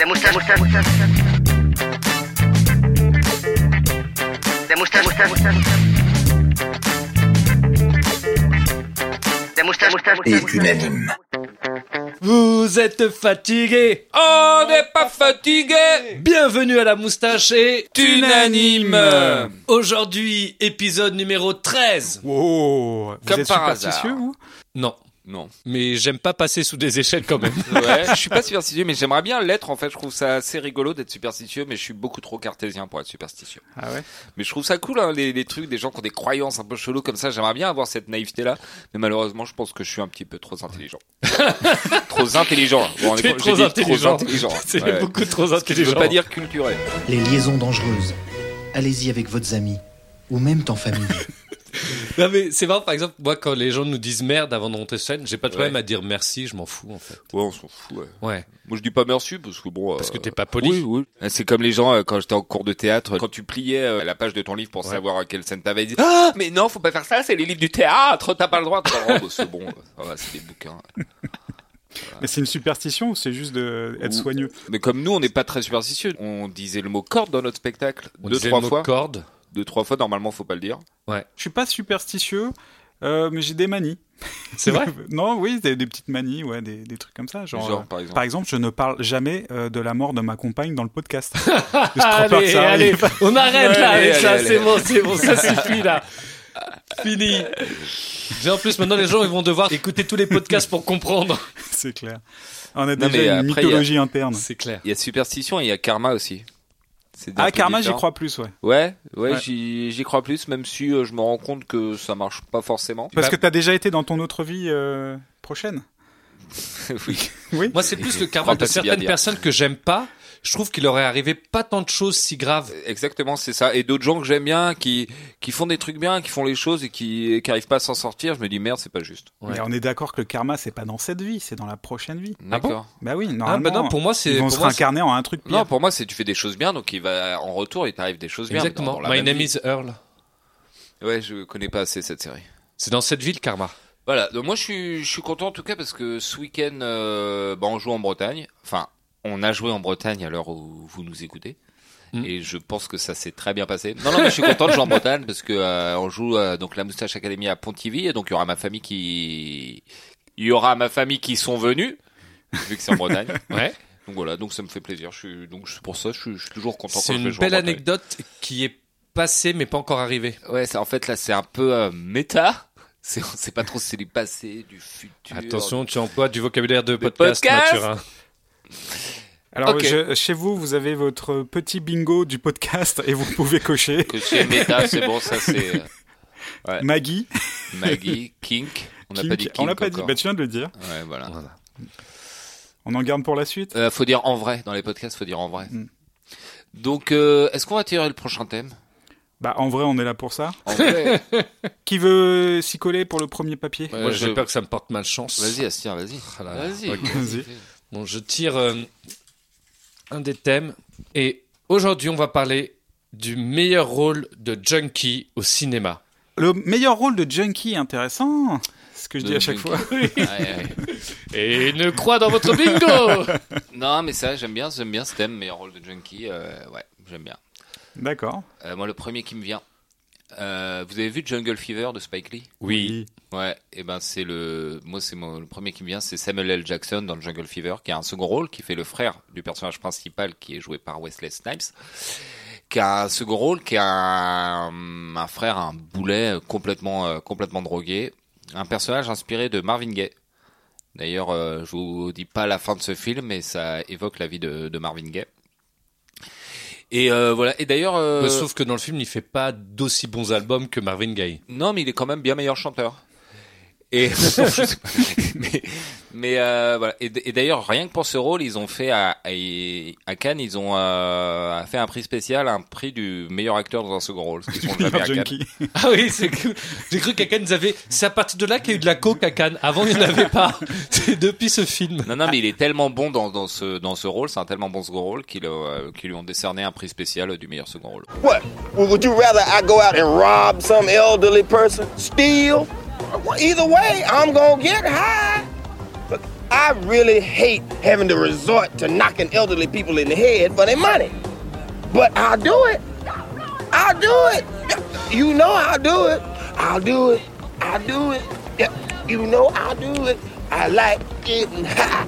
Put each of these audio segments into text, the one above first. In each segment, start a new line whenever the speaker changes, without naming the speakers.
La moustache, moustache, moustache. La moustache, moustache, moustache. La moustache, moustache,
et
moustache.
unanime.
Vous êtes fatigué
On n'est pas fatigué
Bienvenue à la moustache et
Unanime.
Aujourd'hui, épisode numéro 13.
Wow Vous
Comme
êtes
par
superstitieux,
hasard.
vous
Non,
Non.
mais j'aime pas passer sous des échelles quand même.
Ouais, je suis pas superstitieux, mais j'aimerais bien l'être en fait. Je trouve ça assez rigolo d'être superstitieux, mais je suis beaucoup trop cartésien pour être superstitieux.
Ah ouais
Mais je trouve ça cool, hein, les, les trucs des gens qui ont des croyances un peu cheloues comme ça. J'aimerais bien avoir cette naïveté-là, mais malheureusement, je pense que je suis un petit peu trop intelligent. trop intelligent. Bon, on est-
T'es
j'ai
trop
dit
intelligent.
Trop intelligent.
C'est
Ouais.
beaucoup trop
Je veux
intelligent.
pas dire culturel.
Les liaisons dangereuses. Allez-y avec vos amis ou même en famille.
Non mais c'est marrant par exemple moi quand les gens nous disent merde avant de monter sur scène j'ai pas de problème
Ouais.
à dire merci je m'en fous en fait
Ouais, on s'en fout. ouais.
ouais
Moi, je dis pas merci parce que bon.
parce que
euh,
t'es pas poli
Oui, oui. C'est comme les gens euh, quand j'étais en cours de théâtre, quand tu pliais euh, la page de ton livre pour
Ouais.
savoir à quelle scène t'avais dit. Ah, mais non, faut pas faire ça, c'est les livres du théâtre, t'as pas le droit. T'as pas le droit. Bon, c'est bon, euh, ça va, c'est des bouquins.
Mais c'est une superstition ou c'est juste d'être
Ou-
soigneux
Mais comme nous, on n'est pas très superstitieux, on disait le mot corde dans notre spectacle
on
deux
disait
trois
le mot
fois.
corde
Deux trois fois, normalement, faut pas le dire.
Je suis pas superstitieux, euh, mais j'ai des manies.
c'est vrai
Non, oui, des, des petites manies, ouais, des, des trucs comme ça. Genre,
Genre,
euh,
par exemple.
par exemple, je ne parle jamais euh, de la mort de ma compagne dans le podcast. J'ai trop peur que
allez
ça
allez
arrive.
on arrête là
Allez,
avec ça
allez,
c'est
allez.
bon c'est bon ça suffit là fini et en plus maintenant les gens ils vont devoir écouter tous les podcasts pour comprendre
C'est clair. On a
Non, mais
déjà une
après,
mythologie interne.
c'est clair
Il y a superstition et il y a karma aussi. C'est des
Ah,
trucs
karma, j'y
différents.
crois plus, ouais.
Ouais, ouais,
Ouais.
j'y j'y crois plus, même si euh, je me rends compte que ça marche pas forcément.
Parce
Bah-
que t'as déjà été dans ton autre vie euh, prochaine.
oui.
Oui.
moi c'est plus le
crois
karma de
pas si bien
certaines
dire.
personnes que j'aime pas je trouve qu'il leur est arrivé pas tant de choses si graves
Exactement, c'est ça. Et d'autres gens que j'aime bien, qui qui font des trucs bien, qui font les choses et qui qui arrivent pas à s'en sortir, je me dis merde, c'est pas juste.
Ouais.
Mais on est d'accord que le karma, c'est pas dans cette vie, c'est dans la prochaine vie.
Ah bon
D'accord.
Bah oui, normalement.
ah bah non pour moi c'est
ils vont
pour
se
moi, c'est-
réincarner en un truc pire.
non, pour moi, c'est tu fais des choses bien, donc il va en retour, il t'arrive des choses bien.
exactement
dans- dans la
my
même
name
vie.
is Earl
Ouais, je connais pas assez cette série.
c'est dans cette ville karma
Voilà. Donc moi, je suis je suis content en tout cas parce que ce week-end, euh, bah, on joue en Bretagne. Enfin, on a joué en Bretagne à l'heure où vous nous écoutez.
Mm.
Et je pense que ça s'est très bien passé. Non, non, mais je suis content de jouer en Bretagne parce que euh, on joue euh, donc la Moustache Academy à Pontivy et donc il y aura ma famille qui, il y aura ma famille qui sont venus vu que c'est en Bretagne.
ouais
Donc voilà, donc ça me fait plaisir. Je suis donc c'est pour ça, je suis, je suis toujours content.
C'est
quand je vais
une
jouer en
belle
Bretagne.
anecdote qui est passée mais pas encore arrivée.
Ouais, c'est- en fait là, c'est un peu euh, méta. C'est, on sait pas trop si c'est du passé, du futur.
Attention, tu emploies du vocabulaire de
Le
podcast,
podcast
Mathurin.
Alors,
Ok.
je- chez vous, vous avez votre petit bingo du podcast et vous pouvez cocher
que c'est méta, c'est bon, ça c'est euh,
Maggie.
Maggie, Kink. On n'a
Kink.
pas dit Kink.
On l'a pas dit.
encore.
Bah, tu viens de le dire.
Ouais, voilà.
On en garde pour la suite.
Euh, faut dire en vrai. Dans les podcasts, faut dire en vrai.
Mm.
Donc, euh, est-ce qu'on va tirer le prochain thème
Bah, en vrai, on est là pour ça.
En vrai
Qui veut s'y coller pour le premier papier
Ouais.
Moi, j'ai
je-
peur que ça me porte malchance.
Vas-y, Astien, vas-y.
Ah là là.
Vas-y.
Ok.
Vas-y.
Bon, je tire euh, un des thèmes et aujourd'hui, on va parler du meilleur rôle de junkie au cinéma.
Le meilleur rôle de junkie intéressant. C'est ce que je
De
dis à chaque
junkie.
fois.
Ouais, ouais.
Et une croix dans votre bingo
Non, mais ça, j'aime bien, j'aime bien ce thème, meilleur rôle de junkie. euh, ouais, j'aime bien.
D'accord.
Euh, moi, le premier qui me vient. Euh, vous avez vu Jungle Fever de Spike Lee
Oui.
Ouais, et ben c'est le, moi c'est mon le premier qui me vient, c'est Samuel L. Jackson dans Jungle Fever, qui a un second rôle, qui fait le frère du personnage principal, qui est joué par Wesley Snipes, qui a un second rôle, qui a un, un frère, un boulet euh, complètement, euh, complètement drogué, un personnage inspiré de Marvin Gaye. D'ailleurs, euh, je vous dis pas la fin de ce film, mais ça évoque la vie de, de Marvin Gaye. Et euh, voilà. Et d'ailleurs, euh,
Euh, Sauf que dans le film, il fait pas d'aussi bons albums que Marvin Gaye.
non, mais il est quand même bien meilleur chanteur. Et Non, je sais pas. mais, mais, euh, voilà. Et, d- et d'ailleurs, rien que pour ce rôle, ils ont fait à, à, à Cannes, ils ont euh, fait un prix spécial, un prix du meilleur acteur dans un second rôle. ce qu'ils font jamais à
Meilleur
Cannes.
junkie.
Ah oui, c'est cool. J'ai cru qu'à Cannes, ils avaient- c'est à partir de là qu'il y a eu de la coke à Cannes. Avant, il n'y en avait pas. C'est depuis ce film.
Non, non, mais il est tellement bon dans, dans ce dans ce rôle, c'est un tellement bon second rôle qu'ils euh, qu'ils lui ont décerné un prix spécial euh, du meilleur second rôle.
What? Well, would you rather I go out and rob some elderly person, steal? Well, Either way, I'm gonna get high. Look, I really hate having to resort to knocking elderly people in the head for their money. But I'll do it. I'll do it. You know I'll do it. I'll do it. I'll do it. You know I'll do it. I like getting high.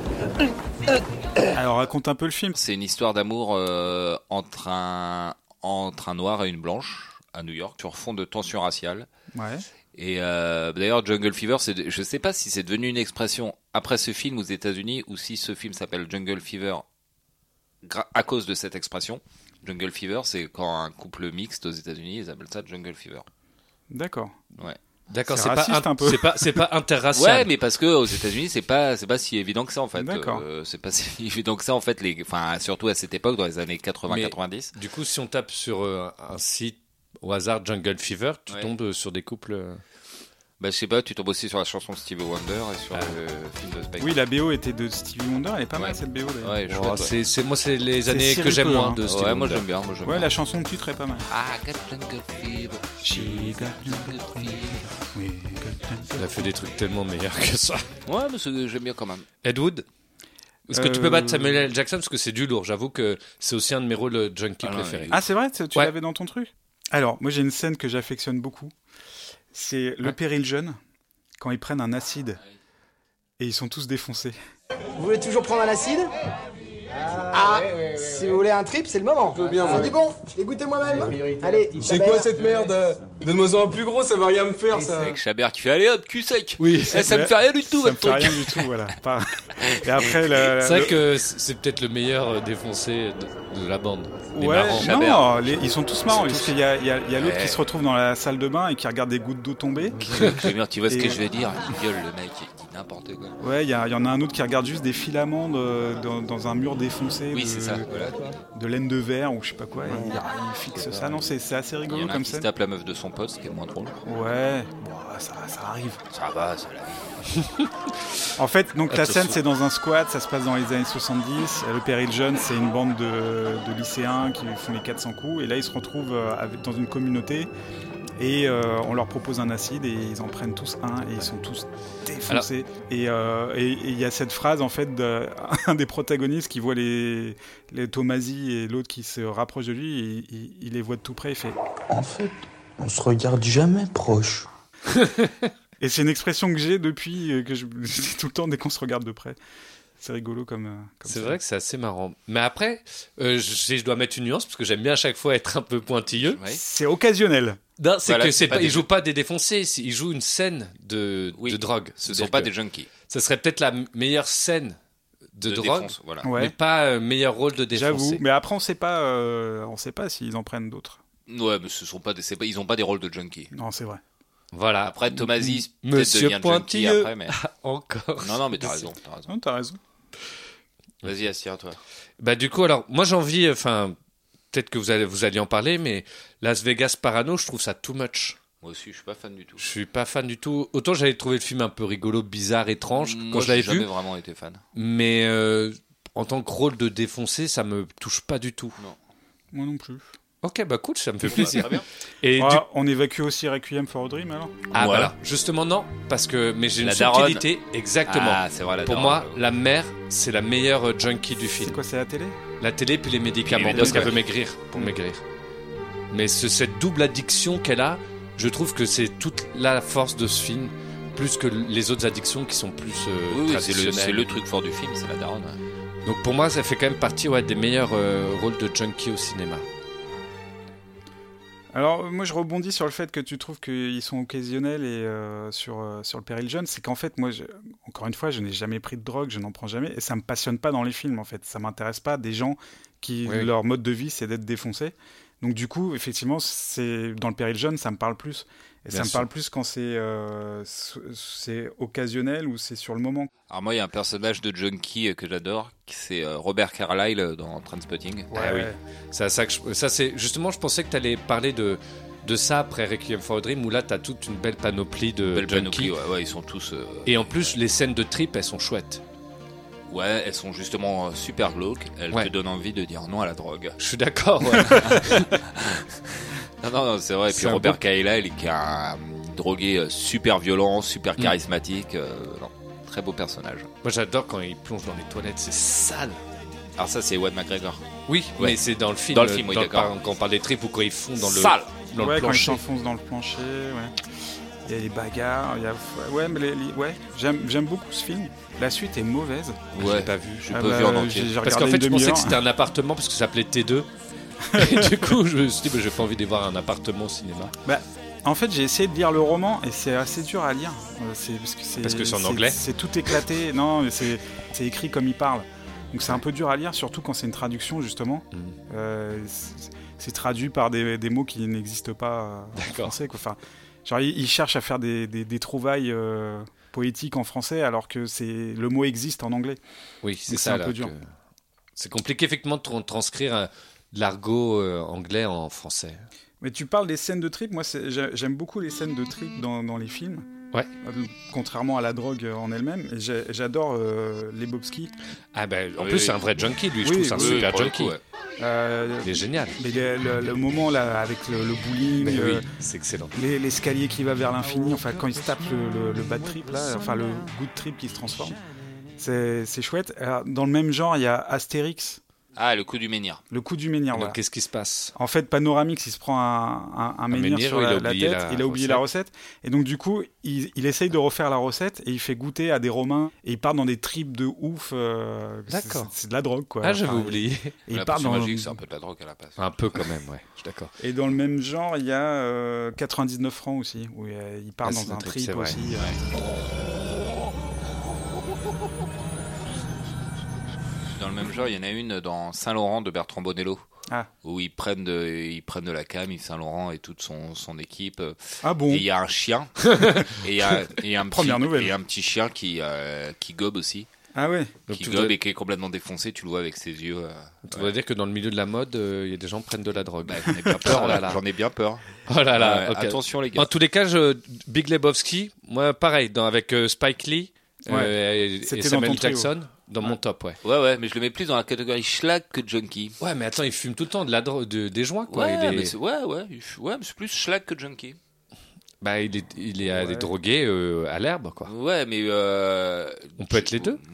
Alors raconte un peu le film.
C'est une histoire d'amour euh, entre, un, entre un noir et une blanche à New York sur fond de tension raciale.
Ouais.
Et euh, d'ailleurs, Jungle Fever, c'est- je ne sais pas si c'est devenu une expression après ce film aux États-Unis ou si ce film s'appelle Jungle Fever gra- à cause de cette expression. Jungle Fever, c'est quand un couple mixte aux États-Unis, ils appellent ça Jungle Fever.
D'accord.
D'accord,
C'est
c'est pas,
raciste,
un-
un peu.
c'est pas, c'est pas interracial.
Ouais, mais parce que aux États-Unis, c'est pas c'est pas si évident que ça en fait.
D'accord.
Euh, c'est pas si évident que ça en fait les enfin surtout à cette époque dans les années 80
Mais-
90.
Du coup, si on tape sur euh, un site au hasard Jungle Fever, tu
Ouais.
tombes sur des couples. euh,
Bah je sais pas, tu tombes aussi sur la chanson de Stevie Wonder et sur
Ah.
le film de Spike.
Oui, la BO était de Stevie Wonder, elle est pas
Ouais.
mal cette BO d'ailleurs.
Ouais,
oh,
chouette, ouais.
c'est, c'est- moi, c'est les années que
sirupeux,
j'aime moins
hein.
de
Ouais,
Stevie
moi
Wonder.
j'aime bien, moi j'aime
Ouais,
bien.
la chanson de titre est pas mal.
Ah, got jungle fever. She got jungle fever.
Oui.
Elle a fait des trucs tellement meilleurs que ça.
Ouais, mais c'est- j'aime bien quand même.
Ed Wood Est-ce que tu peux
Euh,
battre Samuel L. Jackson Parce que c'est du lourd. J'avoue que c'est aussi un de mes rôles euh, junkie
Ah non,
préférés.
Ah, c'est vrai, tu tu
Ouais.
l'avais dans ton truc Alors, moi j'ai une scène que j'affectionne beaucoup. C'est le péril jeune, quand ils prennent un acide et ils sont tous défoncés.
Vous voulez toujours prendre un acide Ah, si vous voulez un trip, c'est le moment. Ça dit bon, dégoûtez moi-même. Allez,
C'est
la
quoi
belle.
cette merde Donne-moi un plus gros, ça va rien me faire ça.
Avec Chabert qui fait allez hop, cul sec.
Oui,
Eh, ça me fait rien du tout,
Ça me
votre
fait
truc.
rien du tout, voilà. Pas- Et après, le-
C'est vrai
le-
que c'est c'est peut-être le meilleur euh, défoncé de, de la bande. Les
Ouais,
marrants.
non,
Chabert.
les- ils sont tous marrants. Parce qu'il y a, il y a- il y a l'autre
Ouais.
qui se retrouve dans la salle de bain et qui regarde des gouttes d'eau tomber.
Chabert, tu vois ce
Et-
que je veux dire Il viole le mec, il dit n'importe quoi.
Ouais, il y, a- il y en a un autre qui regarde juste des filaments de- dans, dans un mur défoncé
Oui,
de,
c'est ça.
de laine de verre ou je sais pas quoi. et il, il fixe ça. Non, c'est c'est assez
Il y
rigolo
en a un
comme
qui se
ça.
tape la meuf de son pote, ce qui est moins drôle.
Ouais, bon, ça, ça arrive.
Ça va, ça la
En fait, donc la
Attention.
scène, c'est dans un squat, ça se passe dans les années 70. Le Péril Jeune, c'est une bande de, de lycéens qui font les 400 coups. Et là, ils se retrouvent euh, avec- dans une communauté et euh, on leur propose un acide et ils en prennent tous un et ils sont tous défoncés. Et euh, et- et il y a cette phrase, en fait, d'un des protagonistes qui voit les, les Tomasi et l'autre qui se rapproche de lui, et il, il les voit de tout près, il fait
En fait, on se regarde jamais proche.
Et c'est une expression que j'ai depuis, euh, que je je dis tout le temps dès qu'on se regarde de près. C'est rigolo comme. euh, comme
C'est
ça.
vrai que c'est assez marrant. Mais après, euh, je, je dois mettre une nuance parce que j'aime bien à chaque fois être un peu pointilleux.
Oui.
C'est occasionnel.
Non, c'est
Voilà,
que c'est
c'est pas
pas,
des
ils jouent pas des défoncés, c'est- ils jouent une scène de,
Oui.
de drogue.
Ce ne
C'est-à-dire
sont pas
que
des junkies.
Ça serait peut-être la m- meilleure scène de, drogue,
défonce, voilà.
mais
Ouais.
pas euh, meilleur rôle de
J'avoue.
défoncé.
Mais après, on sait pas, euh, on sait pas s'ils en prennent d'autres.
Ouais, mais ce sont pas des, c'est pas, ils n'ont pas des rôles de junkies.
Non, c'est vrai.
Voilà.
Après, Tomasi peut-être
Monsieur
devient junkie
Pointilleux. Ah,
après, mais...
Encore.
Non, non, mais t'as raison, t'as raison.
Non, t'as raison.
Vas-y, assire-toi.
Bah du coup, alors moi j'ai envie, enfin peut-être que vous allez vous alliez en parler, mais Las Vegas Parano, je trouve ça too much.
Moi aussi, je suis pas fan du tout.
Je suis pas fan du tout. Autant j'avais trouvé le film un peu rigolo, bizarre, étrange
Mmh, Moi,
quand je l'avais
j'ai jamais
vu,
vraiment été fan.
mais euh, en tant que rôle de défoncé, ça me touche pas du tout.
Moi non plus.
Ok, bah cool, ça me fait
Bon, bah,
plaisir.
très bien.
Et
Ah,
du
On évacue aussi Requiem for a Dream alors.
Ah
Voilà.
voilà, justement non, parce que mais j'ai une
La daronne.
subtilité exactement.
Ah, c'est vrai, la
Pour
daronne,
moi,
j'avoue.
la Euh, mère, c'est la meilleure euh, junkie du
C'est
film.
quoi, c'est la télé
La télé puis les médicaments,
médicaments,
parce qu'elle
ouais.
veut maigrir pour maigrir. Mais ce- cette double addiction qu'elle a, je trouve que c'est toute la force de ce film, plus que l- les autres addictions qui sont plus euh,
Oui, oui, c'est le, c'est
traditionnelles.
le truc fort du film, c'est la daronne. ouais.
Donc pour moi, ça fait quand même partie ouais, des meilleurs euh, rôles de junkie au cinéma.
Alors, euh, moi, je rebondis sur le fait que tu trouves qu'ils sont occasionnels et euh, sur, euh, sur le péril jeune. C'est qu'en fait, moi, je- encore une fois, je n'ai jamais pris de drogue, je n'en prends jamais. Et ça me passionne pas dans les films, en fait. Ça m'intéresse pas des gens qui,
Oui.
leur mode de vie, c'est d'être défoncé. Donc, du coup, effectivement, c'est dans le péril jeune, ça me parle plus. Et
Bien
ça me
sûr.
parle plus quand c'est euh, so- c'est occasionnel ou c'est sur le moment.
Alors moi, il y a un personnage de junkie euh, que j'adore, qui c'est euh, Robert Carlyle euh, dans Trainspotting.
Ah oui. C'est à ça que je- ça c'est justement je pensais que tu allais parler de de ça après Requiem for a Dream où là tu as toute une belle panoplie de
Belle
junkies.
panoplie, ouais, ouais, ils sont tous... euh,
Et en plus les scènes de trip elles sont chouettes.
Ouais, elles sont justement euh, super glauques, elles
Ouais.
te donnent envie de dire non à la drogue.
Je suis d'accord. ouais.
Non, non, non, c'est vrai. Et
C'est
puis
un
Robert
beau-
Mm. Kaila, il est un drogué euh, super violent, super charismatique. euh, non. très beau personnage.
Moi j'adore quand il plonge dans les toilettes, c'est sale.
Alors ça, c'est Ewan McGregor.
Oui,
Ouais.
mais c'est dans le film.
Dans le film, oui, d'accord.
par- Quand on parle des tripes ou quand ils font dans le,
Sale.
dans
ouais,
le
quand il
plancher.
s'enfonce dans le plancher, ouais. Il y a les bagarres, il y a... Ouais, mais les- les- ouais, j'aime j'aime beaucoup ce film. La suite est mauvaise.
Ouais,
pas vu.
j'ai
Ah
pas
bah,
vu en
j'ai-
entier.
j'ai
Parce
regardé
qu'en fait,
une
je pensais
demi-heure.
que c'était un appartement parce que ça s'appelait T2. Et du coup, je me suis dit, bah, j'ai pas envie de voir un appartement au cinéma.
En fait, j'ai essayé de lire le roman et c'est assez dur à lire. Euh, C'est parce que c'est
Parce que c'est en anglais
C'est tout éclaté. non, mais c'est c'est écrit comme il parle. Donc c'est un peu dur à lire, surtout quand c'est une traduction justement.
Mhm.
Euh, c'est- c'est traduit par des, des mots qui n'existent pas euh, en
D'accord.
français. Quoi. Enfin, genre ils ils cherchent à faire des, des- des trouvailles euh, poétiques en français alors que c'est le mot existe en anglais.
Oui, c'est
Donc,
ça.
c'est un
là,
peu dur.
que- C'est compliqué, effectivement, de tra- transcrire euh, de l'argot euh, anglais en français.
Mais tu parles des scènes de trip. Moi, c'est- j'ai- j'aime beaucoup les scènes de trip dans, dans les films.
Ouais.
Euh, Contrairement à la drogue euh, en elle-même. Et j'ai- J'adore euh, les Bobski.
Ah, ben, en
Oui,
plus,
oui.
c'est un vrai junkie, lui. Je
Oui,
trouve c'est un
oui,
Oui,
super
pour le
junkie.
coup, ouais.
Euh,
Il est génial.
mais le, le- le moment là avec le, le bowling,
Mais
euh,
oui, c'est excellent.
les- l'escalier qui va vers l'infini, enfin quand il se tape le, le- le bad trip là, enfin le good trip qui se transforme, c'est c'est chouette. Alors, dans le même genre, il y a Astérix,
Ah, le coup du menhir.
le coup du menhir.
Donc,
voilà.
qu'est-ce qui se passe
En fait, Panoramix, il se prend un, un, un menhir,
menhir,
sur
il a
la, la
oublié
tête,
la
il a oublié la recette, et donc du coup, il, il essaye de refaire la recette, et il fait goûter à des Romains, et il part dans des tripes de ouf, euh, c'est-
D'accord.
c'est c'est de la drogue quoi.
Ah, j'avais
Enfin,
oublié.
et il
la
part
potion
dans,
magique, c'est un peu de la drogue à la place.
Un peu quand même, ouais. Je suis d'accord.
Et dans le même genre, il y a euh, 99 francs aussi, où euh, il part
Ah, c'est
dans
un
un
trip,
trip
c'est vrai.
aussi. euh.
Dans le même genre, il y en a une dans Saint-Laurent de Bertrand Bonello.
Ah.
Où ils prennent de, ils prennent de la cam, Yves Saint-Laurent et toute son, son équipe.
Ah bon
Et il y a un chien. et il y a, et il y a un petit,
Première nouvelle.
et il y a un petit chien qui, euh, qui gobe aussi.
Ah ouais
Donc,
qui
tu
gobe
voudrais,
et qui est complètement défoncé, tu le vois avec ses yeux. euh,
tu voudrais dire que dans le milieu de la mode, euh, il y a des gens qui prennent de la drogue.
bah, j'en ai bien peur,
Oh là
là,
là.
J'en ai bien peur.
oh là là,
Ouais,
ok.
Attention, les
En
gars.
tous les cas, je- Big Lebowski, moi pareil, dans, avec euh, Spike Lee euh, et- et,
C'était dans
Samuel
ton trio.
Jackson, dans mon top, ouais.
Ouais, ouais, mais je le mets plus dans la catégorie schlag que junkie.
Ouais, mais attends, il fume tout le temps de la dro- de, des joints, quoi.
Ouais,
il,
mais
est,
c'est- ouais, ouais, je- ouais, mais c'est plus schlag que junkie.
bah, il est, il est euh,
Ouais.
drogué euh, à l'herbe, quoi.
Ouais, mais euh, Mm.
On peut être les deux. Eh,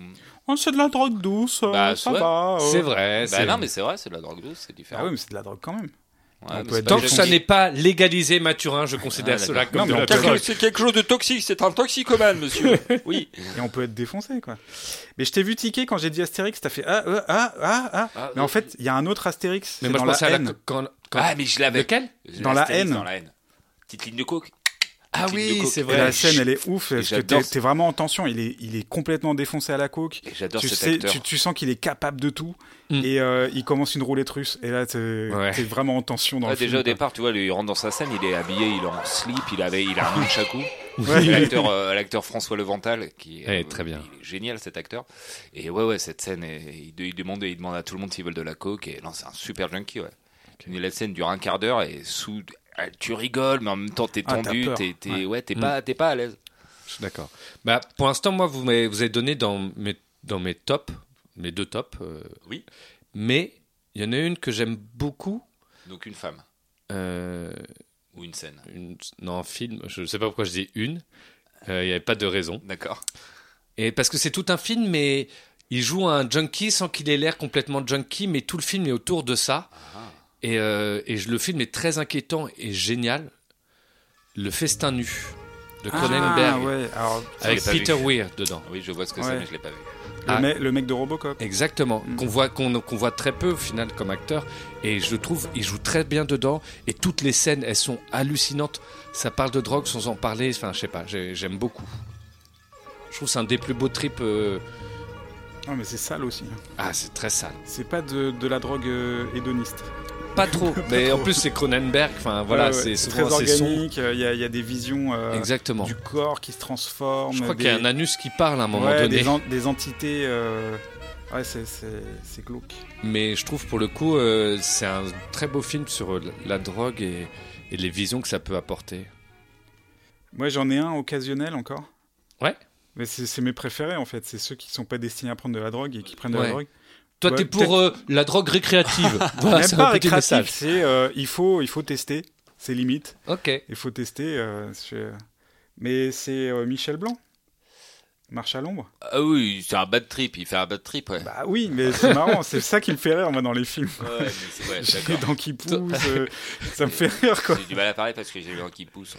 Oh, C'est de la drogue douce, euh,
Bah,
ça
ouais.
va. euh.
C'est vrai.
Bah
c'est-
non, mais c'est vrai, c'est de la drogue douce, c'est
Ah
différent.
ouais, mais c'est de la drogue quand même.
Ouais, mais
peut
c'est
être
pas
Tant
Bah,
que
j'ai
ça
envie.
n'est pas légalisé, Mathurin, je considère
Ah,
cela
d'accord.
comme de
Non, mais
la
on
drogue.
c'est quelque chose de toxique, c'est un toxicomane, monsieur. Oui.
Et on peut être défoncé, quoi. Mais je t'ai vu tiquer quand j'ai dit Astérix, t'as fait ah, euh, ah, ah, ah,
Ah,
Mais en fait, il y a un autre Astérix.
Mais
c'est
moi, je
dans la
pensais à la.
haine.
Quand, quand-
Ah, mais je l'avais.
Lequel
Dans la
Astérix,
haine.
Dans la haine. Petite ligne de coke.
Ah
Petite ligne
oui,
de coke.
c'est
Et
vrai.
la scène, elle est ouf, parce que
j'adore
t'es
ce-
t'es vraiment en tension. Il est, il est complètement défoncé à la coke.
Et J'adore
Tu,
cet
sais,
acteur.
tu, tu sens qu'il est capable de tout.
Mm.
Et euh, il commence une roulette russe. Et là, t'es
Ouais.
t'es vraiment en tension dans
Ouais,
le film,
déjà au
quoi.
départ, tu vois, lui, il rentre dans sa scène, il est habillé, il est en slip, il avait, il a un nunchaku.
Ouais.
Et L'acteur, euh, l'acteur François Levental, qui
Eh, très bien.
il est génial cet acteur. Et ouais, ouais, cette scène, est- il, il demande, il demande à tout le monde s'ils veulent de la coke. Et non, c'est un super junkie. Ouais. Mais La scène dure un quart d'heure et sous, ah, tu rigoles, mais en même temps t'es
Ah, t'as
tendu,
peur.
t'es, t'es-
Ouais.
ouais, t'es
Mm.
pas, t'es pas à l'aise.
Je suis d'accord. Bah, pour l'instant, moi, vous m'avez, vous avez donné dans mes, dans mes tops, mes deux tops. euh,
Oui.
Mais il y en a une que j'aime beaucoup.
Donc une femme
euh,
ou une scène.
une- non, un film, je ne sais pas pourquoi je dis une. Euh, Il n'y avait pas de raison.
D'accord.
Et parce que c'est tout un film, mais il joue un junkie sans qu'il ait l'air complètement junkie, mais tout le film est autour de ça.
Ah.
Et, euh, et je- le film est très inquiétant et génial. Le festin nu de
Ah,
Cronenberg
ouais. Alors,
avec
Je l'ai pas
Peter
vu.
Weir dedans.
Oui, je vois ce que
Ouais.
c'est, mais je l'ai pas vu.
le,
Ah.
mec- le mec de Robocop.
Exactement,
Mm.
qu'on voit qu'on qu'on voit très peu au final comme acteur et je trouve il joue très bien dedans et toutes les scènes elles sont hallucinantes. Ça parle de drogue sans en parler, enfin je sais pas, j'ai- j'aime beaucoup. Je trouve que c'est un des plus beaux trips. euh,
Non, mais c'est sale aussi. hein.
Ah c'est très sale,
C'est pas de, de la drogue euh, hédoniste.
pas trop. mais en plus c'est Cronenberg, enfin voilà,
Ouais, ouais,
c'est
très
souvent assez sombre.
organique. euh, Il y, a- il y a des visions euh,
Exactement.
du corps qui se transforment.
Je crois
des-
qu'il y a un anus qui parle à un moment
ouais,
donné,
Des, en- des entités. euh, Ouais, c'est- c'est c'est glauque.
mais je trouve pour le coup euh, c'est un très beau film sur euh, la drogue et, et les visions que ça peut apporter.
Moi, j'en ai un occasionnel encore.
Ouais.
Mais c'est c'est mes préférés en fait. C'est ceux qui sont pas destinés à prendre de la drogue et qui prennent de
Ouais.
la drogue.
Toi,
Ouais,
t'es pour euh, la drogue récréative. voilà,
Même
Ah, c'est
pas
un petit
récréatif,
message.
C'est euh, il faut il faut tester. C'est limite.
Ok.
Il faut tester. euh, je- Mais c'est euh, Michel Blanc. Marche à l'ombre
Ah oui, c'est un bad trip, il fait un bad trip, ouais.
Bah oui, mais c'est marrant, c'est ça qui me fait rire moi dans les films.
Ouais, mais c'est- ouais,
J'ai les
d'accord.
dents qui poussent, euh, ça me fait rire quoi.
J'ai du mal à parler parce que j'ai le vent qui pousse.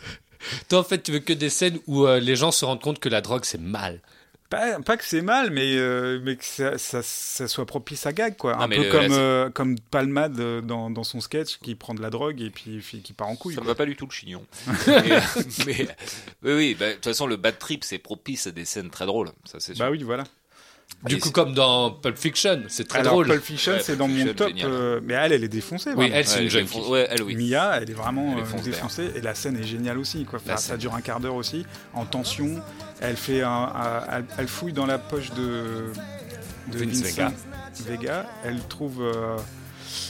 Toi, en fait, tu veux que des scènes où euh, les gens se rendent compte que la drogue, c'est mal.
Pas, pas que c'est mal, mais, euh, mais que ça, ça- ça soit propice à gag quoi.
Non,
Un
mais
peu
le-
comme,
la-
euh, comme Palmade euh, dans, dans son sketch qui prend de la drogue et puis, puis qui part en couille.
Ça me
quoi.
va pas du tout le chignon. Mais, mais- oui, oui, bah, de toute façon, le bad trip, c'est propice à des scènes très drôles. Ça, c'est sûr.
Bah oui, voilà.
Du
Et
coup,
c'est-
comme dans Pulp Fiction, c'est très
Alors
drôle.
Pulp Fiction,
Ouais,
c'est
Pulp
dans mon
Fiction,
top.
génial.
euh, mais elle, elle est défoncée.
Oui,
vraiment.
elle, c'est
Ouais,
une
les
jeune
fon-
fille.
ouais, elle, oui.
Mia, elle est vraiment
Elle est
euh,
foncée, hein.
défoncée et la scène est géniale aussi. Quoi. Enfin,
La
ça
scène.
dure un quart d'heure aussi, en tension. Elle fait un, un- elle, elle fouille dans la poche de, de
Vince
Vincent Vega. Elle trouve euh,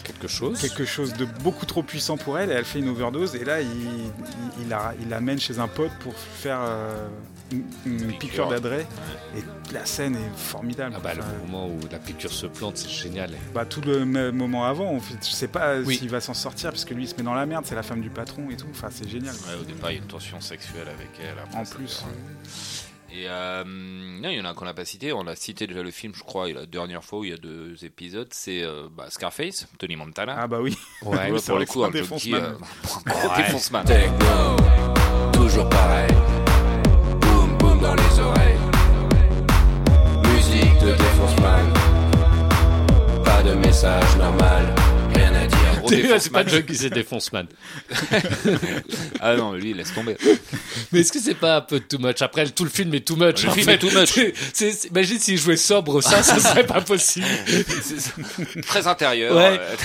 Quelque chose.
quelque chose de beaucoup trop puissant pour elle et elle fait une overdose. Et là, il, il, il la, il l'amène chez un pote pour faire euh, une, une
Piqûre.
piqûre d'adresse. Et la scène est formidable.
Ah bah, le
Enfin,
moment où la piqûre se plante, c'est génial.
bah, tout le même moment avant, en fait, je sais pas
Oui.
s'il va s'en sortir parce que lui il se met dans la merde, c'est la femme du patron et tout, enfin c'est génial.
Ouais, au départ, il y a une tension sexuelle avec elle. après,
En
ça
plus.
devient- Et euh, non, il y en a qu'on n'a pas cité. On a cité déjà le film, je crois, et la dernière fois où il y a deux épisodes. C'est euh, bah, Scarface, Tony Montana.
Ah bah oui.
Ouais,
oui,
Ouais,
c'est
pour
vrai
le
que
coup,
c'est un
un junkie,
défonce-man.
euh, un défonce-man.
toujours pareil. Boum boum dans les oreilles. Musique de défonce Pas de message normal, rien à dire.
Gros
C'est pas
défonce-man.
Junkie, c'est Défonceman.
Ah non, lui, laisse tomber.
Mais est-ce que c'est pas un peu too much Après, tout le film est too much.
Le
en
film
fait.
est too much.
C'est- c'est- imagine s'il jouait sobre, ça, ça serait pas possible.
C'est- c'est Très intérieur.
Ouais.
euh,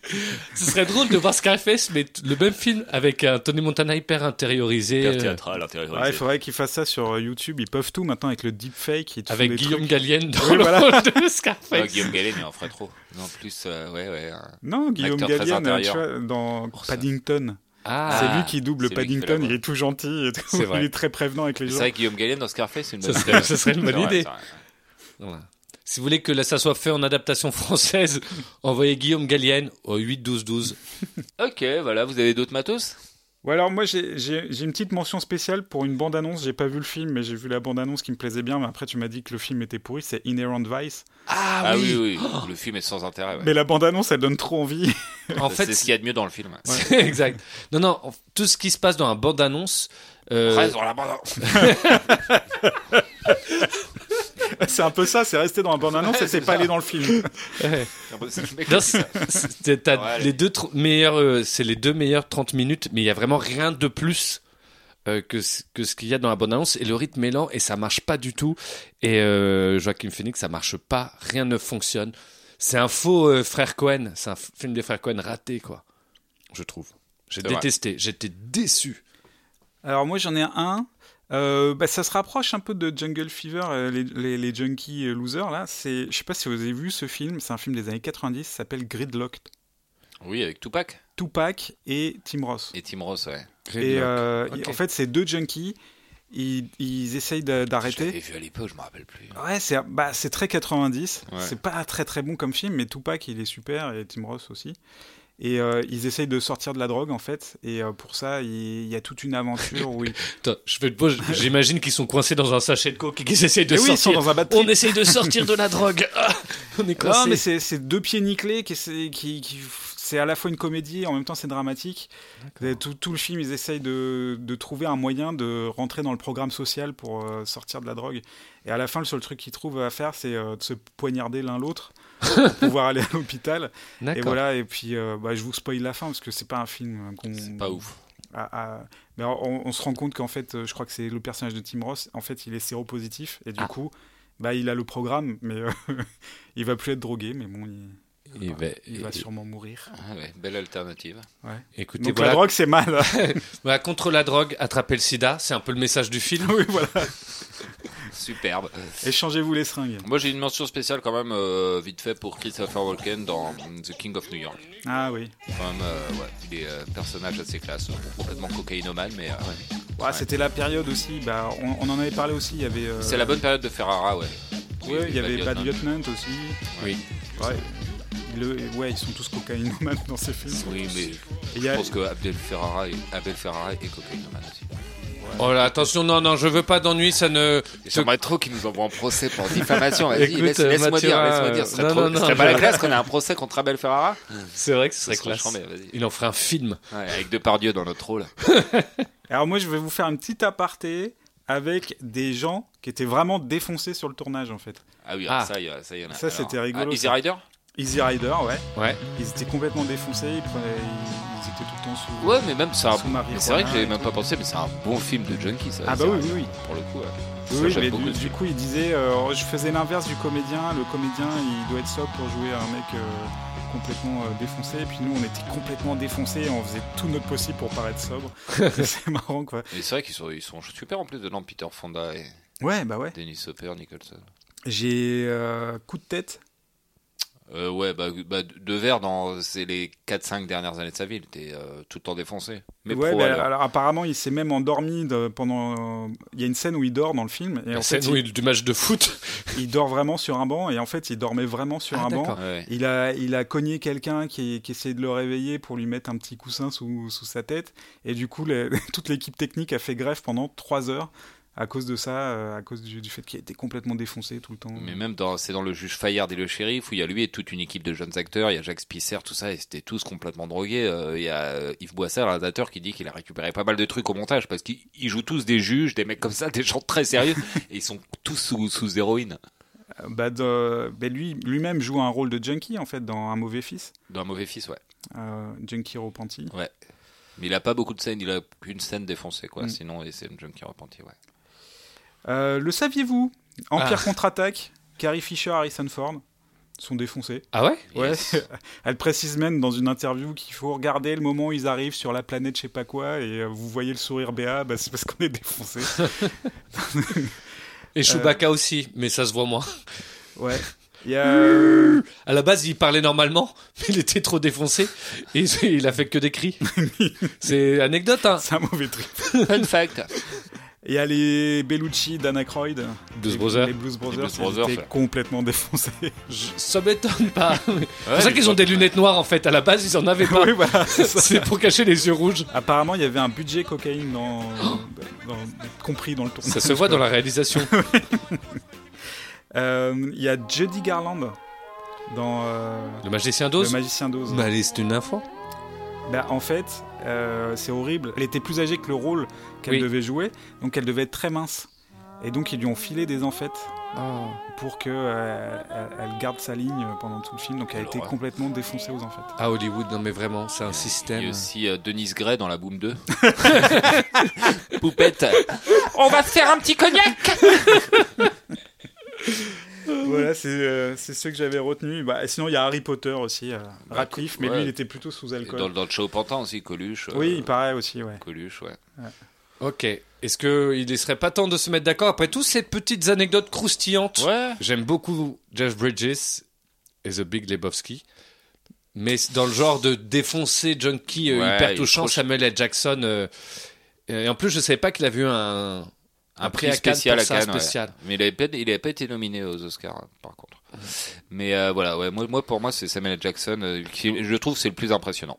Ce serait drôle de voir Scarface, mais t- le même film avec un Tony Montana hyper intériorisé.
hyper
euh,
théâtral, intériorisé.
Ouais, il faudrait qu'ils fassent ça sur euh, YouTube, ils peuvent tout maintenant avec le deepfake. Ils te font
Avec
des
Guillaume
trucs-
Gallienne dans
Oui,
le
voilà.
rôle de Scarface.
Ouais, Ah, Guillaume Gallet, il en ferait trop. En plus, euh, ouais, ouais. hein.
Non, Guillaume
Acteur très
Gallienne, euh, tu
intérieur.
vois, dans
Pour ça.
Paddington.
Ah,
c'est lui qui double
c'est lui qui fait
Paddington,
la voix.
il est tout gentil et tout,
C'est vrai.
il est très prévenant avec les
C'est
gens.
vrai que Guillaume Gallet dans Scarface, c'est une
Ça
bonne
serait-
idée.
ça serait une bonne
C'est vrai,
idée.
c'est vrai.
Voilà. Si vous voulez que là, ça soit fait en adaptation française, envoyez Guillaume Gallienne au 8-12-12.
Ok, voilà, vous avez d'autres matos
Ou alors moi j'ai- j'ai j'ai une petite mention spéciale pour une bande-annonce, j'ai pas vu le film mais j'ai vu la bande-annonce qui me plaisait bien mais après tu m'as dit que le film était pourri, c'est Inherent Vice.
Ah, oui, oui, le film est sans intérêt. ouais.
Oh. Mais la bande-annonce elle donne trop envie.
En fait,
c'est ce qu'il y a de mieux dans le film.
c'est- exact. Non, non, en- tout ce qui se passe dans un bande-annonce. euh,
Reste dans la bande.
c'est un peu ça, c'est rester dans la bande-annonce et c'est pas aller dans le film.
Non, c'est- c'est- t'as
Ouais, allez.
les deux tr- meilleurs, euh, c'est les deux meilleurs 30 minutes, mais il y a vraiment rien de plus euh, que, ce- que ce qu'il y a dans la bonne annonce. Et le rythme est lent et ça marche pas du tout. Et euh, Joachim Phoenix, ça marche pas, rien ne fonctionne. C'est un faux euh, frère Cohen, c'est un f- film des frères Cohen raté, quoi. Je trouve. J'ai
C'est vrai.
détesté, j'étais déçu.
Alors moi j'en ai un. Euh, bah, ça se rapproche un peu de Jungle Fever, euh, les, les- les junkies euh, losers là. C'est, je sais pas si vous avez vu ce film, c'est un film des années 90, ça s'appelle Gridlocked.
Oui, avec Tupac
Tupac et Tim Ross.
et Tim Ross, ouais.
Et euh,
Ok.
en fait c'est deux junkies, ils, ils essayent d'a-
Je l'avais
d'arrêter.
vu à l'époque, je me rappelle plus.
Ouais, c'est bah, c'est très 90.
Ouais.
C'est pas très très bon comme film, mais Tupac il est super et Tim Ross aussi. Et euh, ils essayent de sortir de la drogue en fait. Et euh, pour ça, il il y a toute une aventure où ils,
Attends, je fais le pause, j'imagine qu'ils sont coincés dans un sachet de coke et qu'ils essayent de
Eh oui, ils sont
sortir.
dans un bad trip.
On essaye de sortir de la drogue. Ah, on est coincés.
Non, mais c'est c'est deux pieds nickelés qui, essaient- qui, qui- c'est à la fois une comédie et en même temps c'est dramatique. Et Tout, tout le film, ils essayent de, de trouver un moyen de rentrer dans le programme social pour euh, sortir de la drogue. Et à la fin, le seul truc qu'ils trouvent à faire, c'est euh, de se poignarder l'un l'autre pour pouvoir aller à l'hôpital. Et
D'accord.
voilà. Et puis, euh, bah, je vous spoil la fin parce que c'est pas un film qu'on.
C'est pas ouf.
à- à- Mais on, on se rend compte qu'en fait, euh, je crois que c'est le personnage de Tim Ross, en fait, il est séropositif et du
Ah.
coup, bah, il a le programme, mais euh, il va plus être drogué, mais bon, il,
Il va-
il va
il-
sûrement mourir.
Ah ouais, belle alternative.
Écoutez,
Donc
voilà,
la drogue, c'est mal.
Voilà, Bah, contre la drogue, attraper le sida, c'est un peu le message du film.
oui, voilà.
Superbe.
Échangez-vous les seringues.
Moi, j'ai une mention spéciale quand même, euh, vite fait, pour Christopher Walken dans The King of New York.
Ah oui.
Quand même, euh, ouais, des euh, personnages assez classe, euh, complètement cocaïnomane, mais euh,
Ouais, C'était la période aussi, bah, on, on en avait parlé aussi, il y avait... euh,
c'est la bonne période de Ferrara, ouais.
ouais, il y avait Bad Lieutenant aussi.
hein.
Oui.
Ouais. Le- ouais, ils sont tous cocaïnomans dans ces films.
Oui, mais
Et il y
je
a-
pense que Abdel Ferrara est, Abel Ferrara est cocaïnomane aussi.
Oh là, attention, non, non, je veux pas d'ennui, ça ne.
J'aimerais trop qu'ils nous envoient en procès pour diffamation. Vas-y,
Écoute,
laisse- laisse-moi
Mathieu,
dire,
euh,
laisse-moi dire. Ce serait,
non,
trop-
non, non,
ce serait pas
je-
la classe qu'on a un procès contre Abel Ferrara
C'est vrai que ce serait
serait
classe.
chambé, vas-y.
Il en ferait un film.
ouais, Avec Depardieu dans notre rôle.
Alors moi, je vais vous faire un petit aparté avec des gens qui étaient vraiment défoncés sur le tournage, en fait.
Ah oui,
Ah.
ça, il y a- ça, il y en a.
Ça, c'était
Alors,
rigolo,
ah, Easy
ça.
Rider
Easy Rider, ouais.
Ouais.
Ils étaient complètement défoncés, ils, prenaient- ils- ils étaient tout le temps sous...
Ouais, mais même ça.
Sous Marie
mais C'est vrai que
Rollin
j'avais
et
même pas pensé, mais c'est un bon film de junkie, ça.
Ah
Easy
bah oui,
Rider,
oui, oui.
Pour le coup, ouais.
Oui,
Ça,
oui,
j'aime
mais
beaucoup
du,
ce
du
film.
coup, il disait, euh, je faisais l'inverse du comédien. Le comédien, il doit être sobre pour jouer un mec euh, complètement euh, défoncé. Et puis nous, on était complètement défoncés. On faisait tout notre possible pour paraître sobre. Et c'est marrant, quoi.
Mais c'est vrai qu'ils sont, ils sont super en plus dedans, Peter Fonda et
Ouais, bah ouais.
Dennis Hopper, Nicholson.
J'ai euh, coup de tête.
Euh, ouais, bah, bah De Verre, dans c'est les 4-5 dernières années de sa vie, il était euh, tout le temps défoncé. Mais
ouais,
pro
bah,
alors.
alors apparemment, il s'est même endormi de- pendant. Il y a une scène où il dort dans le film. Et
La
en
scène
fait,
où
il,
il- du match de foot.
il dort vraiment sur un banc. Et en fait, il dormait vraiment sur
Ah,
un banc.
d'accord.
Ouais.
Il a, il a cogné quelqu'un qui, qui essayait de le réveiller pour lui mettre un petit coussin sous, sous sa tête. Et du coup, les- toute l'équipe technique a fait grève pendant trois heures à cause de ça, euh, à cause du, du fait qu'il était complètement défoncé tout le
Mm.
temps.
Mais même dans, c'est dans le juge Fayard et le shérif où il y a lui et toute une équipe de jeunes acteurs, il y a Jacques Spicer, tout ça, et c'était tous complètement drogués. Euh, il y a euh, Yves Boissard, le réalisateur, qui dit qu'il a récupéré pas mal de trucs au montage parce qu'ils ils jouent tous des juges, des mecs comme ça, des gens très sérieux, et ils sont tous sous, sous héroïne.
Euh, bah, de- bah, lui, lui-même joue un rôle de junkie, en fait, dans Un mauvais fils,
Dans un mauvais fils, ouais.
euh, junkie repenti.
Mais il a pas beaucoup de scènes, il a qu'une scène défoncée, quoi.
Mm.
Sinon, et c'est une jeune qui repentit, ouais.
Euh, le saviez-vous Empire
Ah.
contre-attaque, Carrie Fisher, Harrison Ford sont défoncés.
Ah ouais
Ouais.
Yes.
Elle précise même dans une interview qu'il faut regarder le moment où ils arrivent sur la planète, je sais pas quoi, et euh, vous voyez le sourire BA, bah, c'est parce qu'on est défoncé.
Et
Euh.
Chewbacca aussi, mais ça se voit moins.
ouais. Il y a, euh,
À la base, il parlait normalement, mais il était trop défoncé et il a fait que des cris. C'est anecdote, hein.
c'est un mauvais trip.
Fun fact.
Il y a les Bellucci, Dan Aykroyd,
Blues
les,
Brothers.
les Blues Brothers,
Blues
ils
Brothers,
étaient
ouais.
complètement défoncés.
Je- Ça m'étonne pas. c'est
Ouais,
pour ça
mais
qu'ils ont
pas-
des lunettes noires en fait. À la base, ils en avaient pas.
Oui, voilà, c'est ça.
C'est pour cacher les yeux rouges.
Apparemment, il y avait un budget cocaïne dans, dans- compris dans le tournage.
Ça se voit dans la réalisation.
Euh, Il y a Judy Garland dans euh,
Le magicien
Le
d'Oz.
Magicien d'Oz.
Bah, allez, c'est une info.
Bah, en fait, euh, c'est horrible. Elle était plus âgée que le rôle qu'elle
Oui.
devait jouer, donc elle devait être très mince. Et donc ils lui ont filé des enfêtes
Ah.
pour que euh, elle- elle garde sa ligne pendant tout le film. Donc elle a
Alors,
été
ouais.
complètement défoncée aux enfêtes.
À Hollywood, non mais vraiment, c'est un
Il y a
système.
aussi euh, Denise Gray dans la Boom 2. Poupette. On va se faire un petit cognac.
voilà, c'est euh, c'est ceux que j'avais retenu. Bah, et sinon il y a Harry Potter aussi, euh,
Bah,
Radcliffe, mais
ouais.
lui il était plutôt sous
Et Dans,
alcool.
le- dans le show Pantin aussi, Coluche. euh,
Oui, il paraît aussi, ouais.
Coluche, ouais.
Ok. Est-ce que il ne serait pas temps de se mettre d'accord après toutes ces petites anecdotes croustillantes
Ouais.
J'aime beaucoup Jeff Bridges et The Big Lebowski. Mais c'est dans le genre de défoncé junkie euh,
Ouais, il
hyper
est
touchant,
trop-
Samuel L. Jackson. euh, et en plus, je ne savais pas qu'il avait eu un, un
Un prix
Cannes
spécial
pour
à
ça,
Cannes. ouais.
spécial.
Mais il n'avait pas, il avait pas été nominé aux Oscars, hein, par contre. Mais euh, voilà, ouais, moi, moi, pour moi, c'est Samuel L. Jackson. euh, qui, je trouve c'est le plus impressionnant.